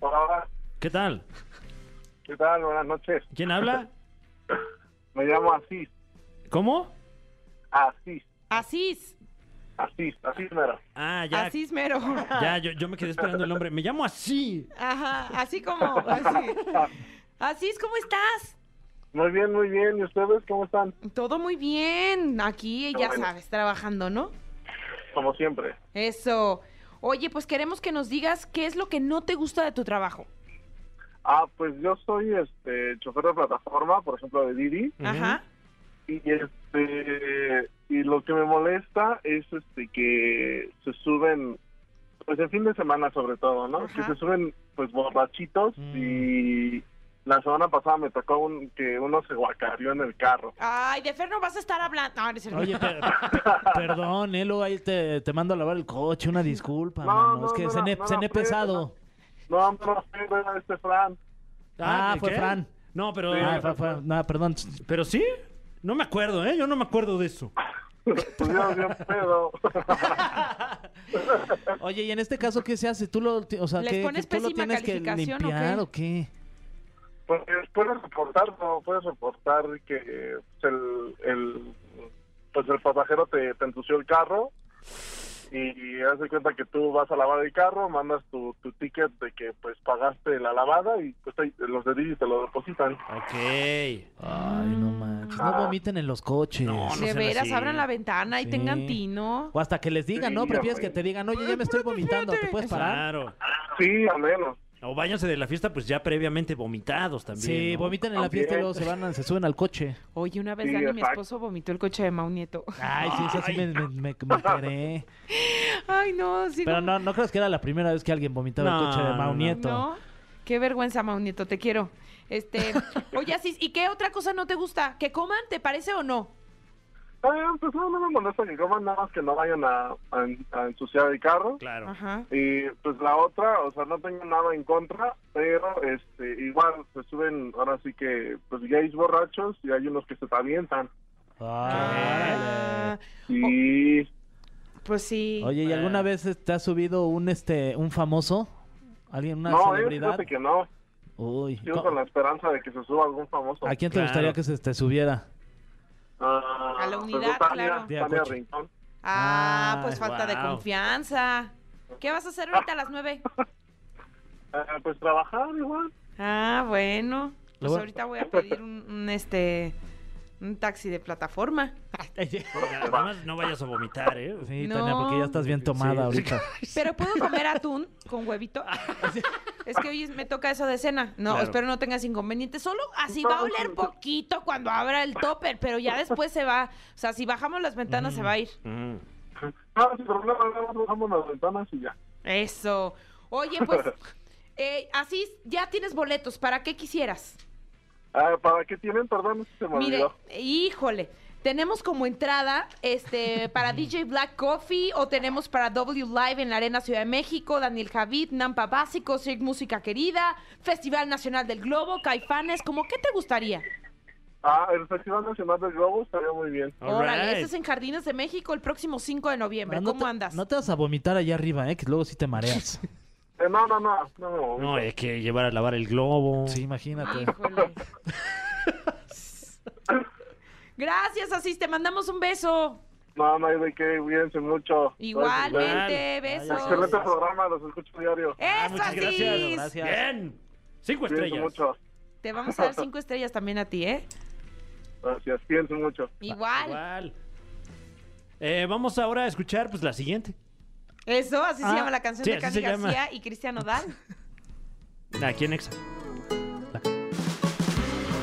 Hola, hola. ¿Qué tal? ¿Qué tal? Buenas noches. ¿Quién habla? Me llamo Asís. ¿Cómo? Asís. Asís. Asís. Asís mero. Ah, ya. Asís mero. Ya, yo, yo me quedé esperando el nombre. Me llamo así. Ajá, así como. Así. Asís, ¿cómo estás? Muy bien, muy bien. ¿Y ustedes cómo están? Todo muy bien. Aquí, ya bueno. sabes, trabajando, ¿no? Como siempre. Eso. Oye, pues queremos que nos digas qué es lo que no te gusta de tu trabajo. Ah, pues yo soy este chofer de plataforma, por ejemplo, de Didi. Ajá. Y este y lo que me molesta es este que se suben, pues el fin de semana sobre todo, ¿no? Ajá. Que se suben pues borrachitos y la semana pasada me tocó un, que uno se guacareó en el carro. Ay, de Fer no vas a estar hablando. No, eres el <laughs> Oye, per- perdón, Elo, ahí te, te mando a lavar el coche, una disculpa, No, mano. no, es que no, se no, ne- no, se ne he no, pesado. No, no, no, era este Fran. <laughs> Ah, fue ¿qué? Fran. No, pero. eh, Ah, fue- fue- no, perdón. <laughs> Pero sí. No me acuerdo, ¿eh? Yo no me acuerdo de eso. Estuvieron bien pedo. Oye, y en este caso, ¿qué se hace? ¿Tú lo, ti- o sea, ¿Les ¿qué- pones tú lo pésima tienes que calificación o qué? limpiar o qué? Pues puedes reportar, no, puedes reportar que pues, el, el, pues el pasajero te, te entució el carro y haz de cuenta que tú vas a lavar el carro, mandas tu, tu ticket de que pues pagaste la lavada y pues ahí los de Didi te lo depositan. Ok. Ay, no manches. No vomiten en los coches. No, no de sean veras, así. abran la ventana y Sí. tengan tino. O hasta que les digan, ¿no? Sí, Prefieres hombre. que te digan, oye, ya me estoy vomitando, ¿te puedes parar? Claro. Sí, al menos. O váyanse de la fiesta, pues ya previamente vomitados también. Sí, ¿no? vomitan en la También. fiesta y luego se van, a- se suben al coche. Oye, una vez Sí, Dani, mi exacto. esposo, vomitó el coche de Mau <laughs> Nieto. Ay, sí, eso sí me, me, me- me enteré. Ay, no, sí. Pero como- no, no crees que era la primera vez que alguien vomitaba No, el coche de no, Mau no. Nieto. No, qué vergüenza, Mau Nieto, te quiero. <laughs> Este, oye, Asís, ¿y qué otra cosa no te gusta? ¿Que coman, te parece o no? Ah, pues no, no me molesta que coman, nada más que no vayan a, a en- a ensuciar el carro. Ah. Claro. Ajá. Y pues la otra, o sea, no tengo nada en contra, pero este igual se suben ahora sí que pues gays borrachos y hay unos que se avientan. Ah, Ah, Y Oh, pues sí. órale. Oye, ¿y alguna Eh. vez te ha subido un este un famoso? ¿Alguien, una no, eh, celebridad? fíjate que no. Uy, Yo ¿co- con la esperanza de que se suba algún famoso. ¿a quién te Claro. gustaría que se te subiera? Ah, A la pues, unidad, Tania- claro. Tía Tania Coche. Rincón. Ah, pues Ay, falta de wow. confianza. ¿Qué vas a hacer ahorita a las nueve? Ah, pues trabajar igual. Ah, bueno. Pues Luego- ahorita voy a pedir un, un, este un taxi de plataforma. Además, no vayas a vomitar, ¿eh? Sí, No. Tania, porque ya estás bien tomada Sí. Ah, <laughs> ahorita. Pero puedo <laughs> comer atún con huevito. <laughs> Es que hoy me toca eso de cena. No, Claro. espero no tengas inconvenientes. Solo así va a oler poquito cuando abra el topper, pero ya después se va. O sea, si bajamos las ventanas se va a ir. Mm. No, sin problema, nada más bajamos las ventanas y ya. Eso. Oye, pues, eh, así ya tienes boletos. ¿Para qué quisieras? Ah, ¿Para qué tienen? Perdón, se me Mire, olvidó. híjole. Tenemos como entrada <laughs> este para DJ Black Coffee o tenemos para W Live en la Arena Ciudad de México, Daniel Javid, Nampa Básico, Cirque Música Querida, Festival Nacional del Globo, Caifanes, ¿cómo qué te gustaría? Ah, el Festival Nacional del Globo estaría muy bien. All Órale, right. este es en Jardines de México el próximo 5 de noviembre. Ah, no ¿Cómo te- andas? No te vas a vomitar allá arriba, ¿eh? Que luego sí te <laughs> mareas. Eh, no, no, no. no, no. No, es que llevar a lavar el globo. Sí, imagínate. Híjole. <laughs> Gracias, Asís, te mandamos un beso. No, no hay de qué, cuídense mucho. Igualmente, besos. Excelente programa, los escucho diario. Eh, Ah, Eso, muchas Asís. gracias. Gracias. Bien. Cinco Cuídense estrellas. mucho. Te vamos a dar cinco estrellas también a ti, ¿eh? Gracias, cuídense mucho. Igual. Igual. Eh, vamos ahora a escuchar pues la siguiente. Eso, así Ah, se llama la canción sí, de así Cani se llama. García y Cristian Odal. Aquí en Exa.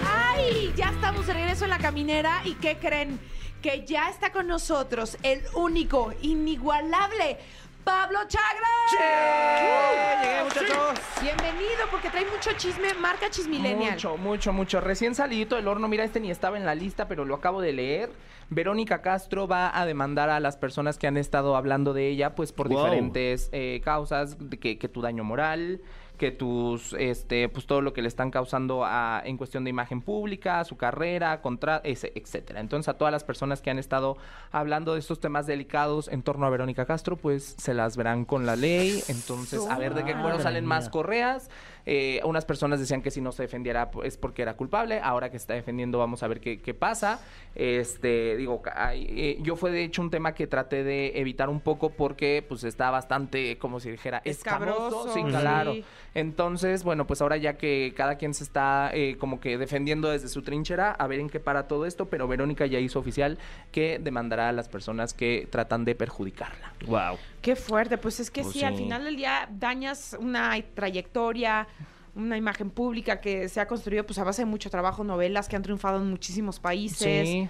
¡Ay! Ya estamos de regreso en la caminera. ¿Y qué creen? Que ya está con nosotros el único, inigualable. Pablo Chagra. Llegué, muchachos. Bienvenido, porque trae mucho chisme, marca chismilenial. Mucho, mucho, mucho. Recién salidito del horno, mira, este ni estaba en la lista, pero lo acabo de leer. Verónica Castro va a demandar a las personas que han estado hablando de ella, pues por Wow. diferentes eh, causas, de que, que tu daño moral, que tus, este, pues todo lo que le están causando a- en cuestión de imagen pública, a su carrera, contra, ese, etcétera. Entonces a todas las personas que han estado hablando de estos temas delicados en torno a Verónica Castro, pues se las verán con la ley. Entonces a ver de qué cuero Madre salen más mía. correas. Eh, unas personas decían que si no se defendiera po- es porque era culpable. Ahora que se está defendiendo, vamos a ver qué, qué pasa. Este, digo, ca- ay, eh, yo fue de hecho un tema que traté de evitar un poco porque pues está bastante, como si dijera, escabroso. Escabroso, Sí, sí. claro. Entonces, bueno, pues ahora ya que cada quien se está eh, como que defendiendo desde su trinchera, a ver en qué para todo esto, pero Verónica ya hizo oficial que demandará a las personas que tratan de perjudicarla. Wow. Qué fuerte, pues es que Pues sí, al sí. final del día dañas una trayectoria, una imagen pública que se ha construido pues a base de mucho trabajo, novelas que han triunfado en muchísimos países.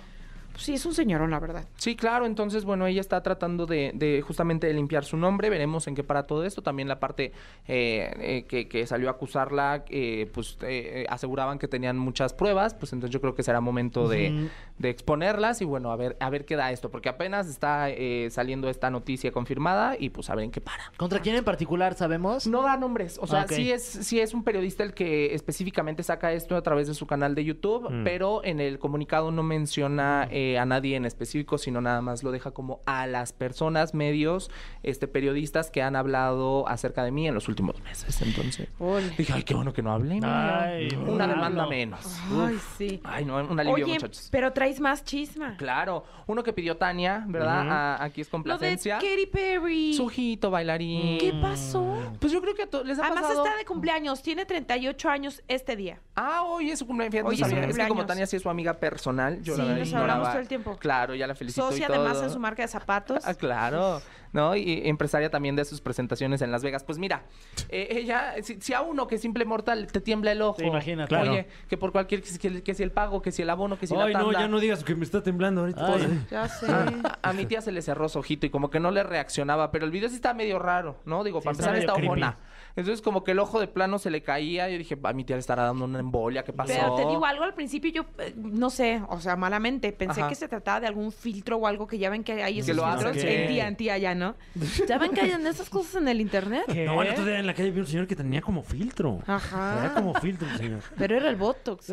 Pues sí, es un señorón, la verdad. Sí, claro. Entonces, bueno, ella está tratando de, de justamente de limpiar su nombre. Veremos en qué para todo esto. También la parte eh, eh, que, que salió a acusarla, eh, pues eh, eh, aseguraban que tenían muchas pruebas. Pues entonces yo creo que será momento de, de exponerlas y bueno, a ver, a ver qué da esto. Porque apenas está eh, saliendo esta noticia confirmada y pues a ver en qué para. ¿Contra quién en particular sabemos? No da nombres. O sea, Ah, ok. sí, es, sí es un periodista el que específicamente saca esto a través de su canal de YouTube, pero en el comunicado no menciona eh, eh, a nadie en específico, sino nada más lo deja como a las personas, medios, este, periodistas que han hablado acerca de mí en los últimos meses. Entonces, dije, ay, qué bueno que no hablé. mira. Ay, una Pablo. demanda menos. Ay, sí. Ay, no, un alivio, Oye, muchachos. pero traes más chisma. Claro, uno que pidió Tania, ¿verdad? Ah, A- aquí es Lo de complacencia. Katy Perry. Su ojito bailarín. ¿Qué pasó? Pues yo creo que a to- les ha Además pasado... está de cumpleaños, tiene 38 años este día. Ah, hoy es su cumpleaños. fíjate, no Hoy es su sabía. Es que como cumpleaños. Tania sí es su amiga personal, yo Sí, la verdad nos ignoraba. hablamos todo el tiempo. Claro, ya la felicito Socia y todo. además en su marca de zapatos. Ah, claro, ¿no? Y empresaria también de sus presentaciones en Las Vegas. Pues mira, eh, ella, si, si a uno que es simple mortal te tiembla el ojo. Sí, imagínate. Oye, Claro. que por cualquier, que, si- que si el pago, que si el abono, que si la Ay, no, tanda. ya no digas que me está temblando ahorita. Ay. ah, Ya sé. A, a mi tía se le cerró su ojito y como que no le reaccionaba, pero el video sí está medio raro, ¿no? Digo, para está empezar medio está creepy. ojona. Entonces como que el ojo de plano se le caía, yo dije, a mi tía le estará dando una embolia, ¿qué pasó? Pero te digo algo, al principio yo, eh, no sé, o sea, malamente, pensé Ajá. que se trataba de algún filtro o algo que ya ven que hay esos lo hacen, filtros sí. en tía, en <laughs> tía ya, ¿no? ¿Ya ven que hay en esas cosas en el internet? No, el otro día en la calle vi un señor que tenía como filtro. Ajá. Ah. Tenía como filtro, el señor. Pero era <laughs> el Botox.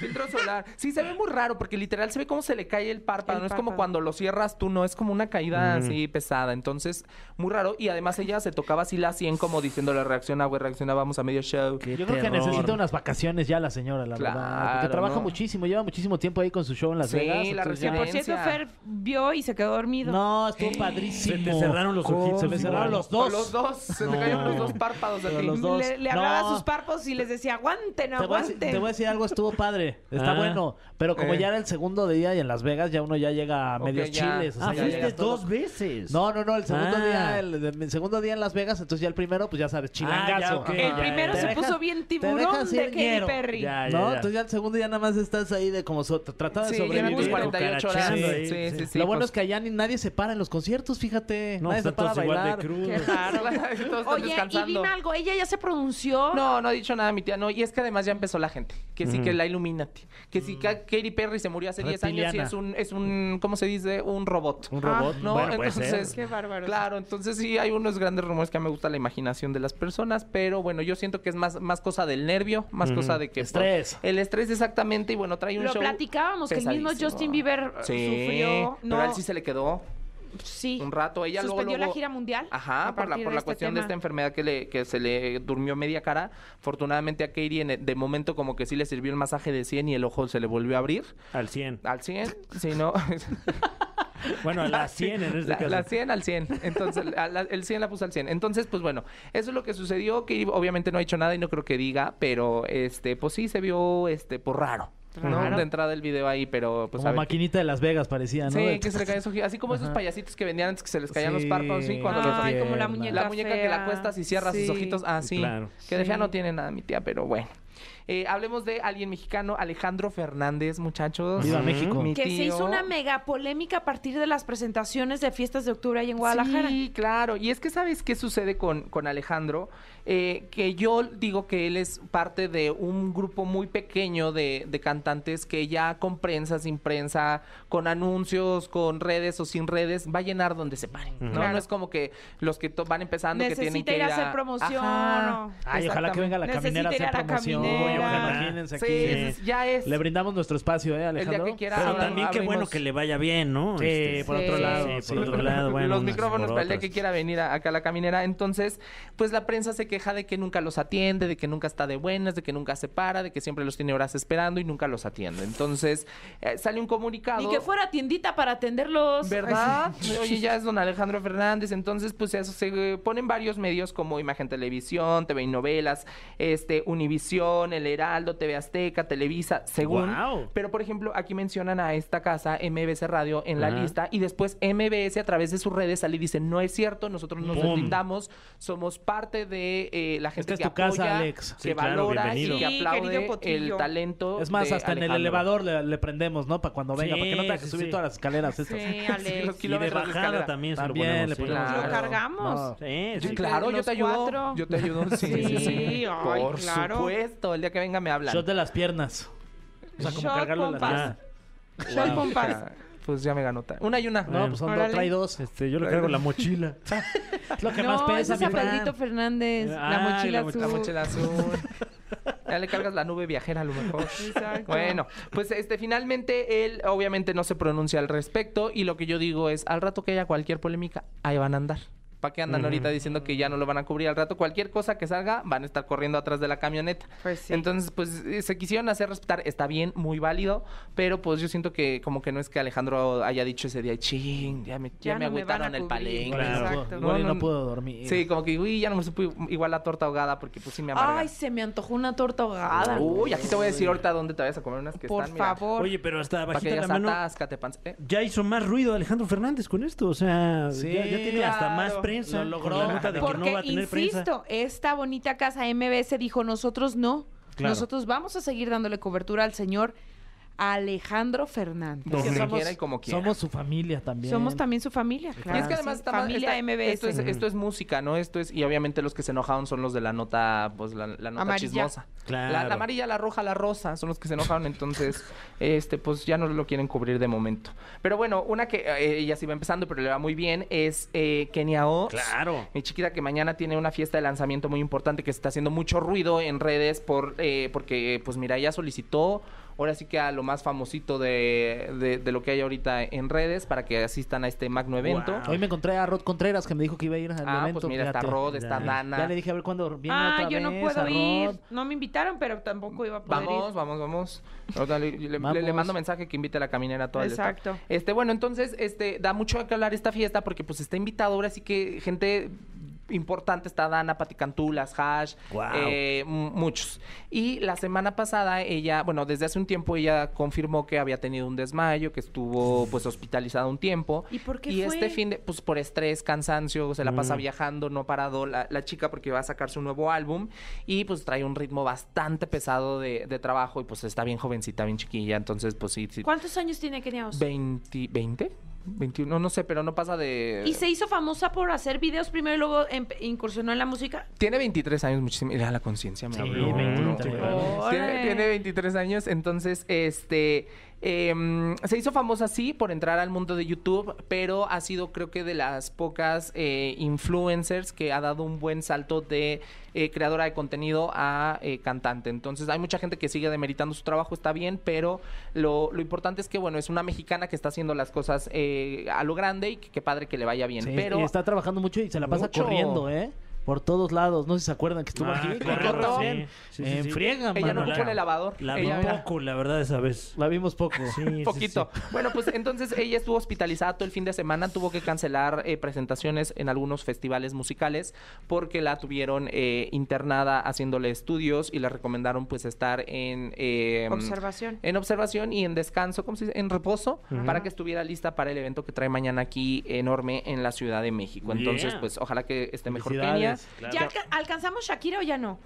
Filtro solar. Sí, se ve muy raro porque literal se ve cómo se le cae el párpado. El no es como párpado. cuando lo cierras tú, no es como una caída así pesada. Entonces, muy raro. Y además ella se tocaba así la 100 como diciéndole reacciona, güey, reacciona, vamos a medio show. Yo creo que necesita unas vacaciones ya la señora, la verdad. Porque Claro, trabaja no. muchísimo, lleva muchísimo tiempo ahí con su show en Las Sí, Vegas. la entonces Que ya- por cierto, Evidencia. Fer vio y se quedó dormido. No, estuvo padrísimo. Se te cerraron los ojitos. Se me cerraron igual. los O dos. Los dos. Se te No. cayeron los dos párpados de Pero ti. los dos. Le, le No. hablaba a sus párpados y les decía, aguanten, Te voy, a, decir- aguanten. te voy a decir algo, estuvo padre, está Ah. bueno, pero como Eh. ya era el segundo día y en Las Vegas ya uno ya llega a Ok, medios ya. chiles. o sea, Ah, ya fuiste llegas todo- dos veces. No, no, no, el segundo Ah. día, el, el segundo día en Las Vegas, entonces ya el primero, pues ya sabes, chilangazo. ok, Ajá. El ya, primero ya. se Te puso dejas- bien te tiburón dejas ir de Katy ñero. Perry. Ya, ya, ¿No? ya. Entonces ya el segundo día nada más estás ahí de como so- tratando de Sí, ya eran sobrevivir. tus 48 horas. cucarachando Sí, ahí, sí, sí. sí. sí, Lo bueno pues, es que allá ni nadie se para en los conciertos, fíjate. No, nadie se están para a todos igual bailar. de crudos. Qué Ah, <laughs> raro. Todos están Oye, y descansando. dime algo, ella ya se pronunció. No, no ha dicho nada mi tía, no. Y es que además ya empezó la gente. Que sí que la Illuminati. Que sí que Katy Perry se murió hace 10 años y Mm. Reptiliana. es un, es un, ¿cómo se dice? Un robot. Un robot. No, Bueno, puede ser. entonces... Qué bárbaro. pues, Claro, entonces sí hay unos grandes rumores que a mí me gusta la imaginación de las personas, pero bueno, yo siento que es más, más cosa del nervio, más cosa de que... pues, Estrés. el estrés exactamente y bueno, trae un Lo show platicábamos, que el mismo pesadísimo. Justin Bieber, eh, Sí, sufrió, pero no. a él sí se le quedó Sí. un rato. Ella luego, Suspendió la luego- gira mundial. Ajá, a por la, partir por la este cuestión de tema. esta enfermedad que, le, que se le durmió media cara. Afortunadamente a Katie en- de momento como que sí le sirvió el masaje de 100 y el ojo se le volvió a abrir. Al 100. Al 100, si no... Bueno, a las 100 en este La, caso. la 100 al 100. Entonces, a la- el 100 la puse al 100. Entonces, pues bueno, eso es lo que sucedió. Que obviamente no ha hecho nada y no creo que diga, pero este, pues sí se vio este, por raro. ¿no? Raro. De entrada el video ahí, pero pues a como ver qué- maquinita de Las Vegas parecía, ¿no? Sí, que se le caía su Así como esos payasitos que vendían antes que se les caían los Sí. párpados, sí, cuando los Ay, Ay, como la la muñeca la muñeca que la fea. cuestas y cierras Sí. sus ojitos así. Claro. Que de fea no tiene nada mi tía, pero bueno. Eh, hablemos de alguien mexicano, Alejandro Fernández, muchachos. Viva Ujú. México. Mi Que se hizo tío. una mega polémica a partir de las presentaciones de fiestas de octubre ahí en Guadalajara. Sí, claro. Y es que sabes qué sucede con, con Alejandro, Eh, que yo digo que él es parte de un grupo muy pequeño de, de cantantes que ya con prensa, sin prensa, con anuncios, con redes o sin redes, va a llenar donde se paren. ¿no? Claro. No es como que los que to- van empezando que tienen Necesita que ir a hacer promoción, Ajá, o- Ay, ojalá que venga la Necesita caminera a ir a hacer la promoción. caminera. Ojalá, Imagínense aquí. Sí, ese es- ya es. Le brindamos nuestro espacio, ¿eh, El Alejandro? día que quiera. Pero abra- también qué bueno abrimos- que le vaya bien, ¿no? Sí, Este, por otro Sí. lado. Sí, sí. por otro lado, bueno. los unas micrófonos por para el día otras. que quiera venir a- acá a la caminera. Entonces, pues la prensa se queja de que nunca los atiende, de que nunca está de buenas, de que nunca se para, de que siempre los tiene horas esperando y nunca los atiende. Entonces, eh, sale un comunicado. Ni que fuera tiendita para atenderlos. ¿Verdad? Oye, ya es don Alejandro Fernández. Entonces, pues eso se eh, ponen varios medios como Imagen Televisión, TV y Novelas, este, Univisión, El Heraldo, TV Azteca, Televisa, según. Guau. Pero, por ejemplo, aquí mencionan a esta casa, MBC Radio, en la Ajá. lista. Y después MBS a través de sus redes sale y dice, no es cierto, nosotros nos Pum. deslindamos, somos parte de eh, la gente es que tu apoya, casa, Alex. que Sí, claro, valora bienvenido. y que Sí, querido aplaude Potrillo. el talento Es más, de hasta en el Alejandro. elevador le, le prendemos, ¿no? Para cuando venga, Sí, para que no tenga que sí, subir sí. todas las escaleras. Sí, <laughs> estas. Alex. los Y de kilómetros de bajada escalera. también, se También lo le ponemos. ponemos. Lo sí. cargamos. No. Sí, Sí, sí. claro, yo los te ayudo. cuatro. Yo te ayudo. Sí, sí, sí. Sí, ay, Por claro. supuesto, el día que venga me hablan. Shot de las piernas. O sea, como Shot cargarlo en las pompas. piernas. Shot pompas. Ah, Pues ya me ganó. ta- Una y una. No, pues son dos, Órale. trae dos. Este, yo le cargo la mochila. <laughs> Es lo que no, más ese pesa, es mi Abelardo Fran. Ah, Fernández, la Ay, mochila la mo- azul. La mochila azul. Ya le cargas la nube viajera a lo mejor. Exacto. Bueno, pues este finalmente él obviamente no se pronuncia al respecto y lo que yo digo es, al rato que haya cualquier polémica, ahí van a andar. ¿Para qué andan ahorita diciendo que ya no lo van a cubrir al rato? Cualquier cosa que salga, van a estar corriendo atrás de la camioneta. Pues sí. Entonces, pues eh, se quisieron hacer respetar, está bien, muy válido, pero pues yo siento que como que no es que Alejandro haya dicho ese día, ching, ya me, ya Ya me no me van a agüitaron el cubrir". palenque. Claro. Exacto. Exacto. No, No, no, no. puedo dormir. Sí, como que, uy, ya no me supo igual la torta ahogada porque pues sí me Uh, amarga. Ay, se me antojó una torta ahogada. Uy, aquí te voy a decir ahorita dónde te vayas a comer unas que Por están. mira, favor. Oye, pero hasta para que bajita la digas, mano. atáscate, pan- eh, Ya hizo más ruido Alejandro Fernández con esto. O sea, Sí, ya, ya tiene hasta más claro. prensa. Lo con logró. la nota de que Porque, no va a tener prensa. insisto, esta bonita casa MBS dijo, nosotros no. Claro. Nosotros vamos a seguir dándole cobertura al señor Alejandro Fernández. que Donde se somos- quiera y como quiera. Somos su familia también. Somos también su familia, claro. y es que además sí. está más- familia está- MBS. Esto es, esto es música, ¿no? Esto es, y obviamente los que se enojaron son los de la nota, pues la, la nota Amarilla. chismosa. Claro. La, la amarilla, la roja, la rosa, son los que se enojaron, entonces, este, pues ya no lo quieren cubrir de momento. Pero bueno, una que eh, ella sí va empezando, pero le va muy bien, es eh, Kenia Oz. Claro. Mi chiquita que mañana tiene una fiesta de lanzamiento muy importante que está haciendo mucho ruido en redes por eh, porque pues mira, ella solicitó ahora sí que a lo más famosito de, de- de lo que hay ahorita en redes para que asistan a este magno evento. Guau. Hoy me encontré a Rod Contreras que me dijo que iba a ir al Ah, evento. pues mira, está fíjate. Rod, está Ya. Dana. Ya le dije a ver cuándo viene Ah, otra yo no vez, puedo a Rod. ir. No me invitaron, pero tampoco iba a poder Vamos, ir. vamos, vamos. Ahorita le, le- le- Vamos. le mando mensaje que invite a la caminera a toda la estafa. Exacto. Este, bueno, entonces, este, da mucho que hablar esta fiesta porque pues está invitado ahora sí que gente importante está Dana, Paticantulas, Hash, Guau. eh, m- muchos. Y la semana pasada ella, bueno, desde hace un tiempo ella confirmó que había tenido un desmayo, que estuvo pues hospitalizada un tiempo. ¿Y por qué Y fue? este fin de, pues por estrés, cansancio, se la pasa Mm. viajando, no ha parado la, la chica porque va a sacar su nuevo álbum y pues trae un ritmo bastante pesado de, de trabajo y pues está bien jovencita, bien chiquilla, entonces pues sí, sí. ¿Cuántos años tiene Kenia Oz? 20, 20, 21, no sé, pero no pasa de... ¿Y se hizo famosa por hacer videos primero y luego em- incursionó en la música? Tiene 23 años, muchísimo. Mira, la conciencia me Sí, habló. 23. Tiene, Órale. tiene 23 años, entonces, este... em, se hizo famosa, sí, por entrar al mundo de YouTube, pero ha sido, creo que, de las pocas eh, influencers que ha dado un buen salto de eh, creadora de contenido a eh, cantante. Entonces, hay mucha gente que sigue demeritando su trabajo, está bien, pero lo, lo importante es que, bueno, es una mexicana que está haciendo las cosas eh, a lo grande y que, qué padre que le vaya bien. Sí, pero y está trabajando mucho y se la pasa Mucho. corriendo, ¿eh? Por todos lados. No sé si se acuerdan que estuvo Ah, aquí. claro, con Rod. sí, sí, sí, En sí. friega, ella no mano. Bueno, ocupa la- el lavador. La vi ella un poco, la verdad, esa vez. La vimos poco. Sí, sí, sí. poquito. Bueno, pues entonces ella estuvo hospitalizada todo el fin de semana, tuvo que cancelar eh, presentaciones en algunos festivales musicales porque la tuvieron eh, internada haciéndole estudios y le recomendaron pues estar en eh, Observación. en observación y en descanso, ¿cómo se dice? En reposo, para que estuviera lista para el evento que trae mañana aquí enorme en la Ciudad de México. Entonces, Yeah. pues ojalá que esté mejor Kenia. Felicidades. ¿Ya alca- alcanzamos Shakira o ya no?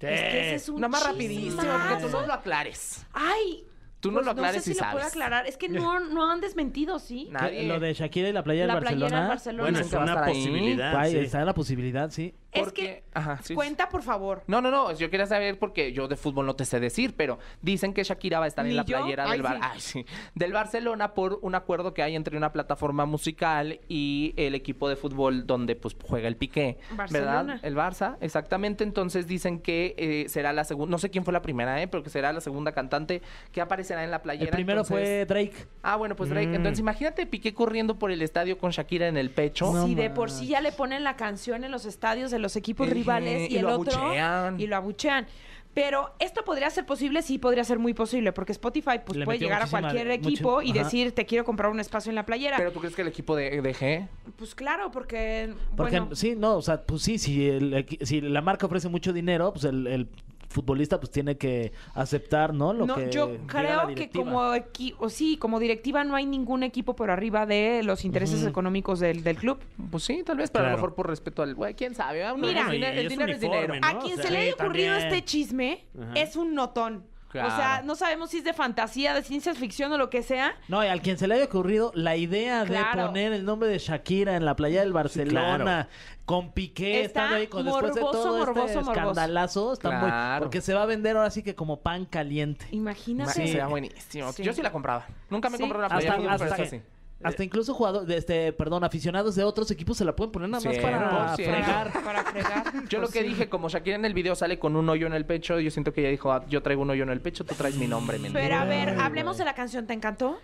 Es que ese es un Nada más chismazo. rapidísimo, porque tú no lo aclares. Ay. Tú no pues lo aclares No sé y si lo puedo sabes. aclarar. Es que no, no han desmentido, ¿sí? Nah. Nadie. Lo de Shakira y la playa La del playera del Barcelona. Barcelona. Bueno, Dicen es que va a una estar ahí. posibilidad. Ahí sí. está la posibilidad, sí. Es Porque- que... Ajá, sí, sí. Cuenta, por favor. No, no, no. Yo quería saber porque yo de fútbol no te sé decir, pero dicen que Shakira va a estar ¿Ni en la yo? playera del, Ay, Bar- sí. Ay, sí. del Barcelona por un acuerdo que hay entre una plataforma musical y el equipo de fútbol donde pues juega el Piqué, Barcelona. ¿verdad? El Barça, exactamente. Entonces dicen que eh, será la segunda, no sé quién fue la primera, ¿eh? pero que será la segunda cantante que aparecerá en la playera. El primero Entonces- fue Drake. Ah, bueno, pues Mm. Drake. Entonces imagínate Piqué corriendo por el estadio con Shakira en el pecho. No si de más. por sí ya le ponen la canción en los estadios de los equipos Ejé, rivales y, y el lo otro abuchean. y lo abuchean. Pero esto podría ser posible, sí podría ser muy posible, porque Spotify pues, Le puede metió llegar a muchísima- cualquier mucho- equipo y ajá. decir, te quiero comprar un espacio en la playera. Pero tú crees que el equipo de, de G Pues claro, porque, Porque bueno, sí, no, o sea, pues sí, si, el equi- si la marca ofrece mucho dinero, pues el, el futbolista pues tiene que aceptar, ¿no? Lo no, que yo diga la creo que directiva. como equi- o sí, como directiva no hay ningún equipo por arriba de los intereses económicos del, del club. Pues sí, tal vez, pero a lo Claro. mejor por respeto al güey, quién sabe. Ah, no, Mira. el Bueno, y- dinero- y el es dinero es uniforme, dinero. ¿no? A quien O se sea, le haya sí, ocurrido también. este chisme Ajá. es un notón. O sea, Claro. no sabemos si es de fantasía, de ciencia ficción o lo que sea. No, y al quien se le haya ocurrido la idea de Claro. poner el nombre de Shakira en la playa del Barcelona, con Piqué, Está estando ahí con después de morboso, todo este morboso, morboso. escandalazo, está muy- Claro. porque se va a vender ahora sí que como pan caliente. Imagínate. Sí, sería buenísimo. Sí. Yo sí la compraba. Nunca me Sí. compré una Hasta- playera, de fútbol, hasta pero que- esa sí. Hasta incluso jugadores, este, perdón, aficionados de otros equipos se la pueden poner nada más Sí, para por cierto. fregar. Ah, <laughs> Para, para fregar. Yo lo que dije, como Shakira en el video sale con un hoyo en el pecho, yo siento que ella dijo, "Ah, yo traigo un hoyo en el pecho, tú traes mi nombre, mi Pero a ver, hablemos de la canción. ¿Te encantó?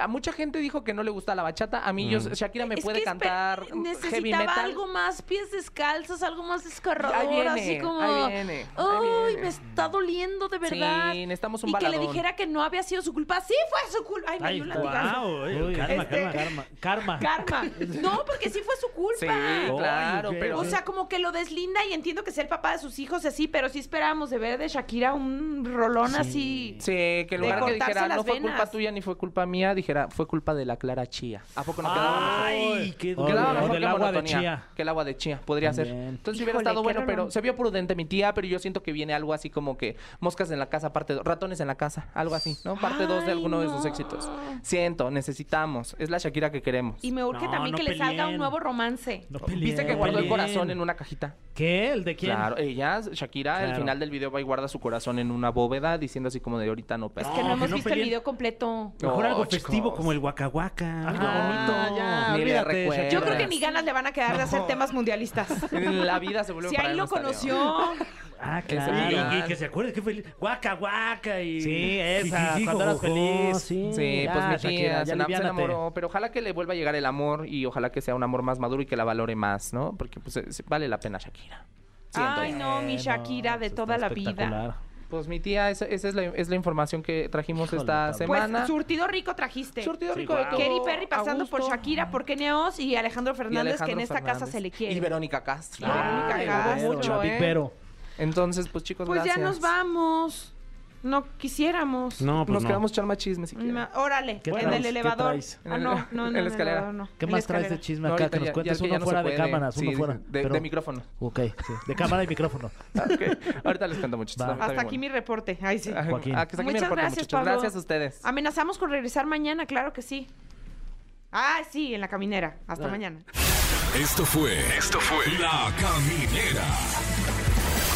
A mucha gente dijo que no le gusta la bachata. A mí, Mm. yo, Shakira me Es puede que espe- cantar mm, Necesitaba heavy metal. algo más pies descalzos, algo más descarrador, Ahí viene, así como. ahí viene, ahí Uy, viene". me está doliendo de verdad. Sí, necesitamos un y que le baladón. dijera que no había sido su culpa. Sí, fue su culpa. Ay, me Ay, dio un latigazo. guau, oye, Uy, eh, calma, este- calma, calma. Karma. Karma. <laughs> Karma. No, porque sí fue su culpa. Sí, claro, Ay, ok, pero. O sea, como que lo deslinda y entiendo que sea el papá de sus hijos y así, pero sí esperábamos de ver de Shakira un rolón así. Sí, que en de lugar de que cortarse dijera, las no fue culpa venas". tuya ni fue culpa mía, dijera, fue culpa de la Clara Chía. ¿A poco Ah, no quedaba mejor? Ay, qué Oye, Quedaba o mejor del que agua de monotonía, chía. Que el agua de chía, podría ser. También. Entonces hubiera Híjole, estado qué bueno, rolón. pero se vio prudente mi tía, pero yo siento que viene algo así como que moscas en la casa, parte dos, ratones en la casa, algo así, ¿no? Parte 2 de Ay, alguno de sus no. éxitos. Siento, necesitamos. Es la Shakira que queremos. Y me urge No, también no que le salga un peleen. nuevo romance. No ¿Viste peleen, que no guardó el peleen. corazón en una cajita? ¿Qué? ¿El de quién? Claro, ella, Shakira, al Claro. final del video va y guarda su corazón en una bóveda diciendo así como de ahorita no, pero... Es que no, No, hemos que no visto el peleen. video completo. Mejor No, algo chicos. festivo como el guacahuaca. Algo Ah, bonito. ya, Ni le olvídate, recuerdas. Shakira. Yo creo que ni ganas le van a quedar de hacer <laughs> temas mundialistas. En la vida se vuelve Si para ahí él lo nostalgia. conoció. Ah, Ese claro. Y, lugar. y que se acuerde que fue guaca guaca y Sí, esa, Jijiji, cuando eras jojojó, feliz. Sí. Sí, Ya, pues mi tía Shakira, ya se, enam- se aliviánate. enamoró, pero ojalá que le vuelva a llegar el amor y ojalá que sea un amor más maduro y que la valore más, ¿no? Porque pues eh, vale la pena Shakira. Siento. Ay, no, mi Shakira de Eso toda está la vida. espectacular. Pues mi tía, esa, esa es, la, es la información que trajimos Híjole, esta cabrón. Pues semana. surtido rico trajiste. Surtido Sí, rico de guau. todo. Katy Perry pasando a por gusto. Shakira, por Neos y Alejandro Y Fernández, Alejandro que en esta casa Fernández. se le quiere. Y Verónica Castro. Y Verónica Ay, Castro. mucho, Pero, ¿eh? Pero. Entonces, pues chicos, Pues ya gracias. nos vamos. No quisiéramos. No, pues Nos no. quedamos charma chisme si quieren. Ma- Órale, ¿Qué en traes? el ¿Qué elevador. traes? Ah, no, no, no. <laughs> En en la el escalera. elevador no. ¿Qué En más la traes escalera. de chisme No, acá? ahorita que nos ya- cuentes ya que ya uno no se fuera de puede. cámaras, uno Sí, fuera. De, Pero- de micrófono. Ok, sí. De cámara y micrófono. Ah, <laughs> ok. Ahorita les cuento mucho. Ah, Va. Hasta aquí mi reporte. Ahí sí. Joaquín. Muchas Muchas gracias, gracias, Pablo. Gracias a ustedes. Amenazamos con regresar mañana, claro que sí. Ah, sí, en la caminera. Hasta mañana. Esto fue. Esto fue. La Caminera.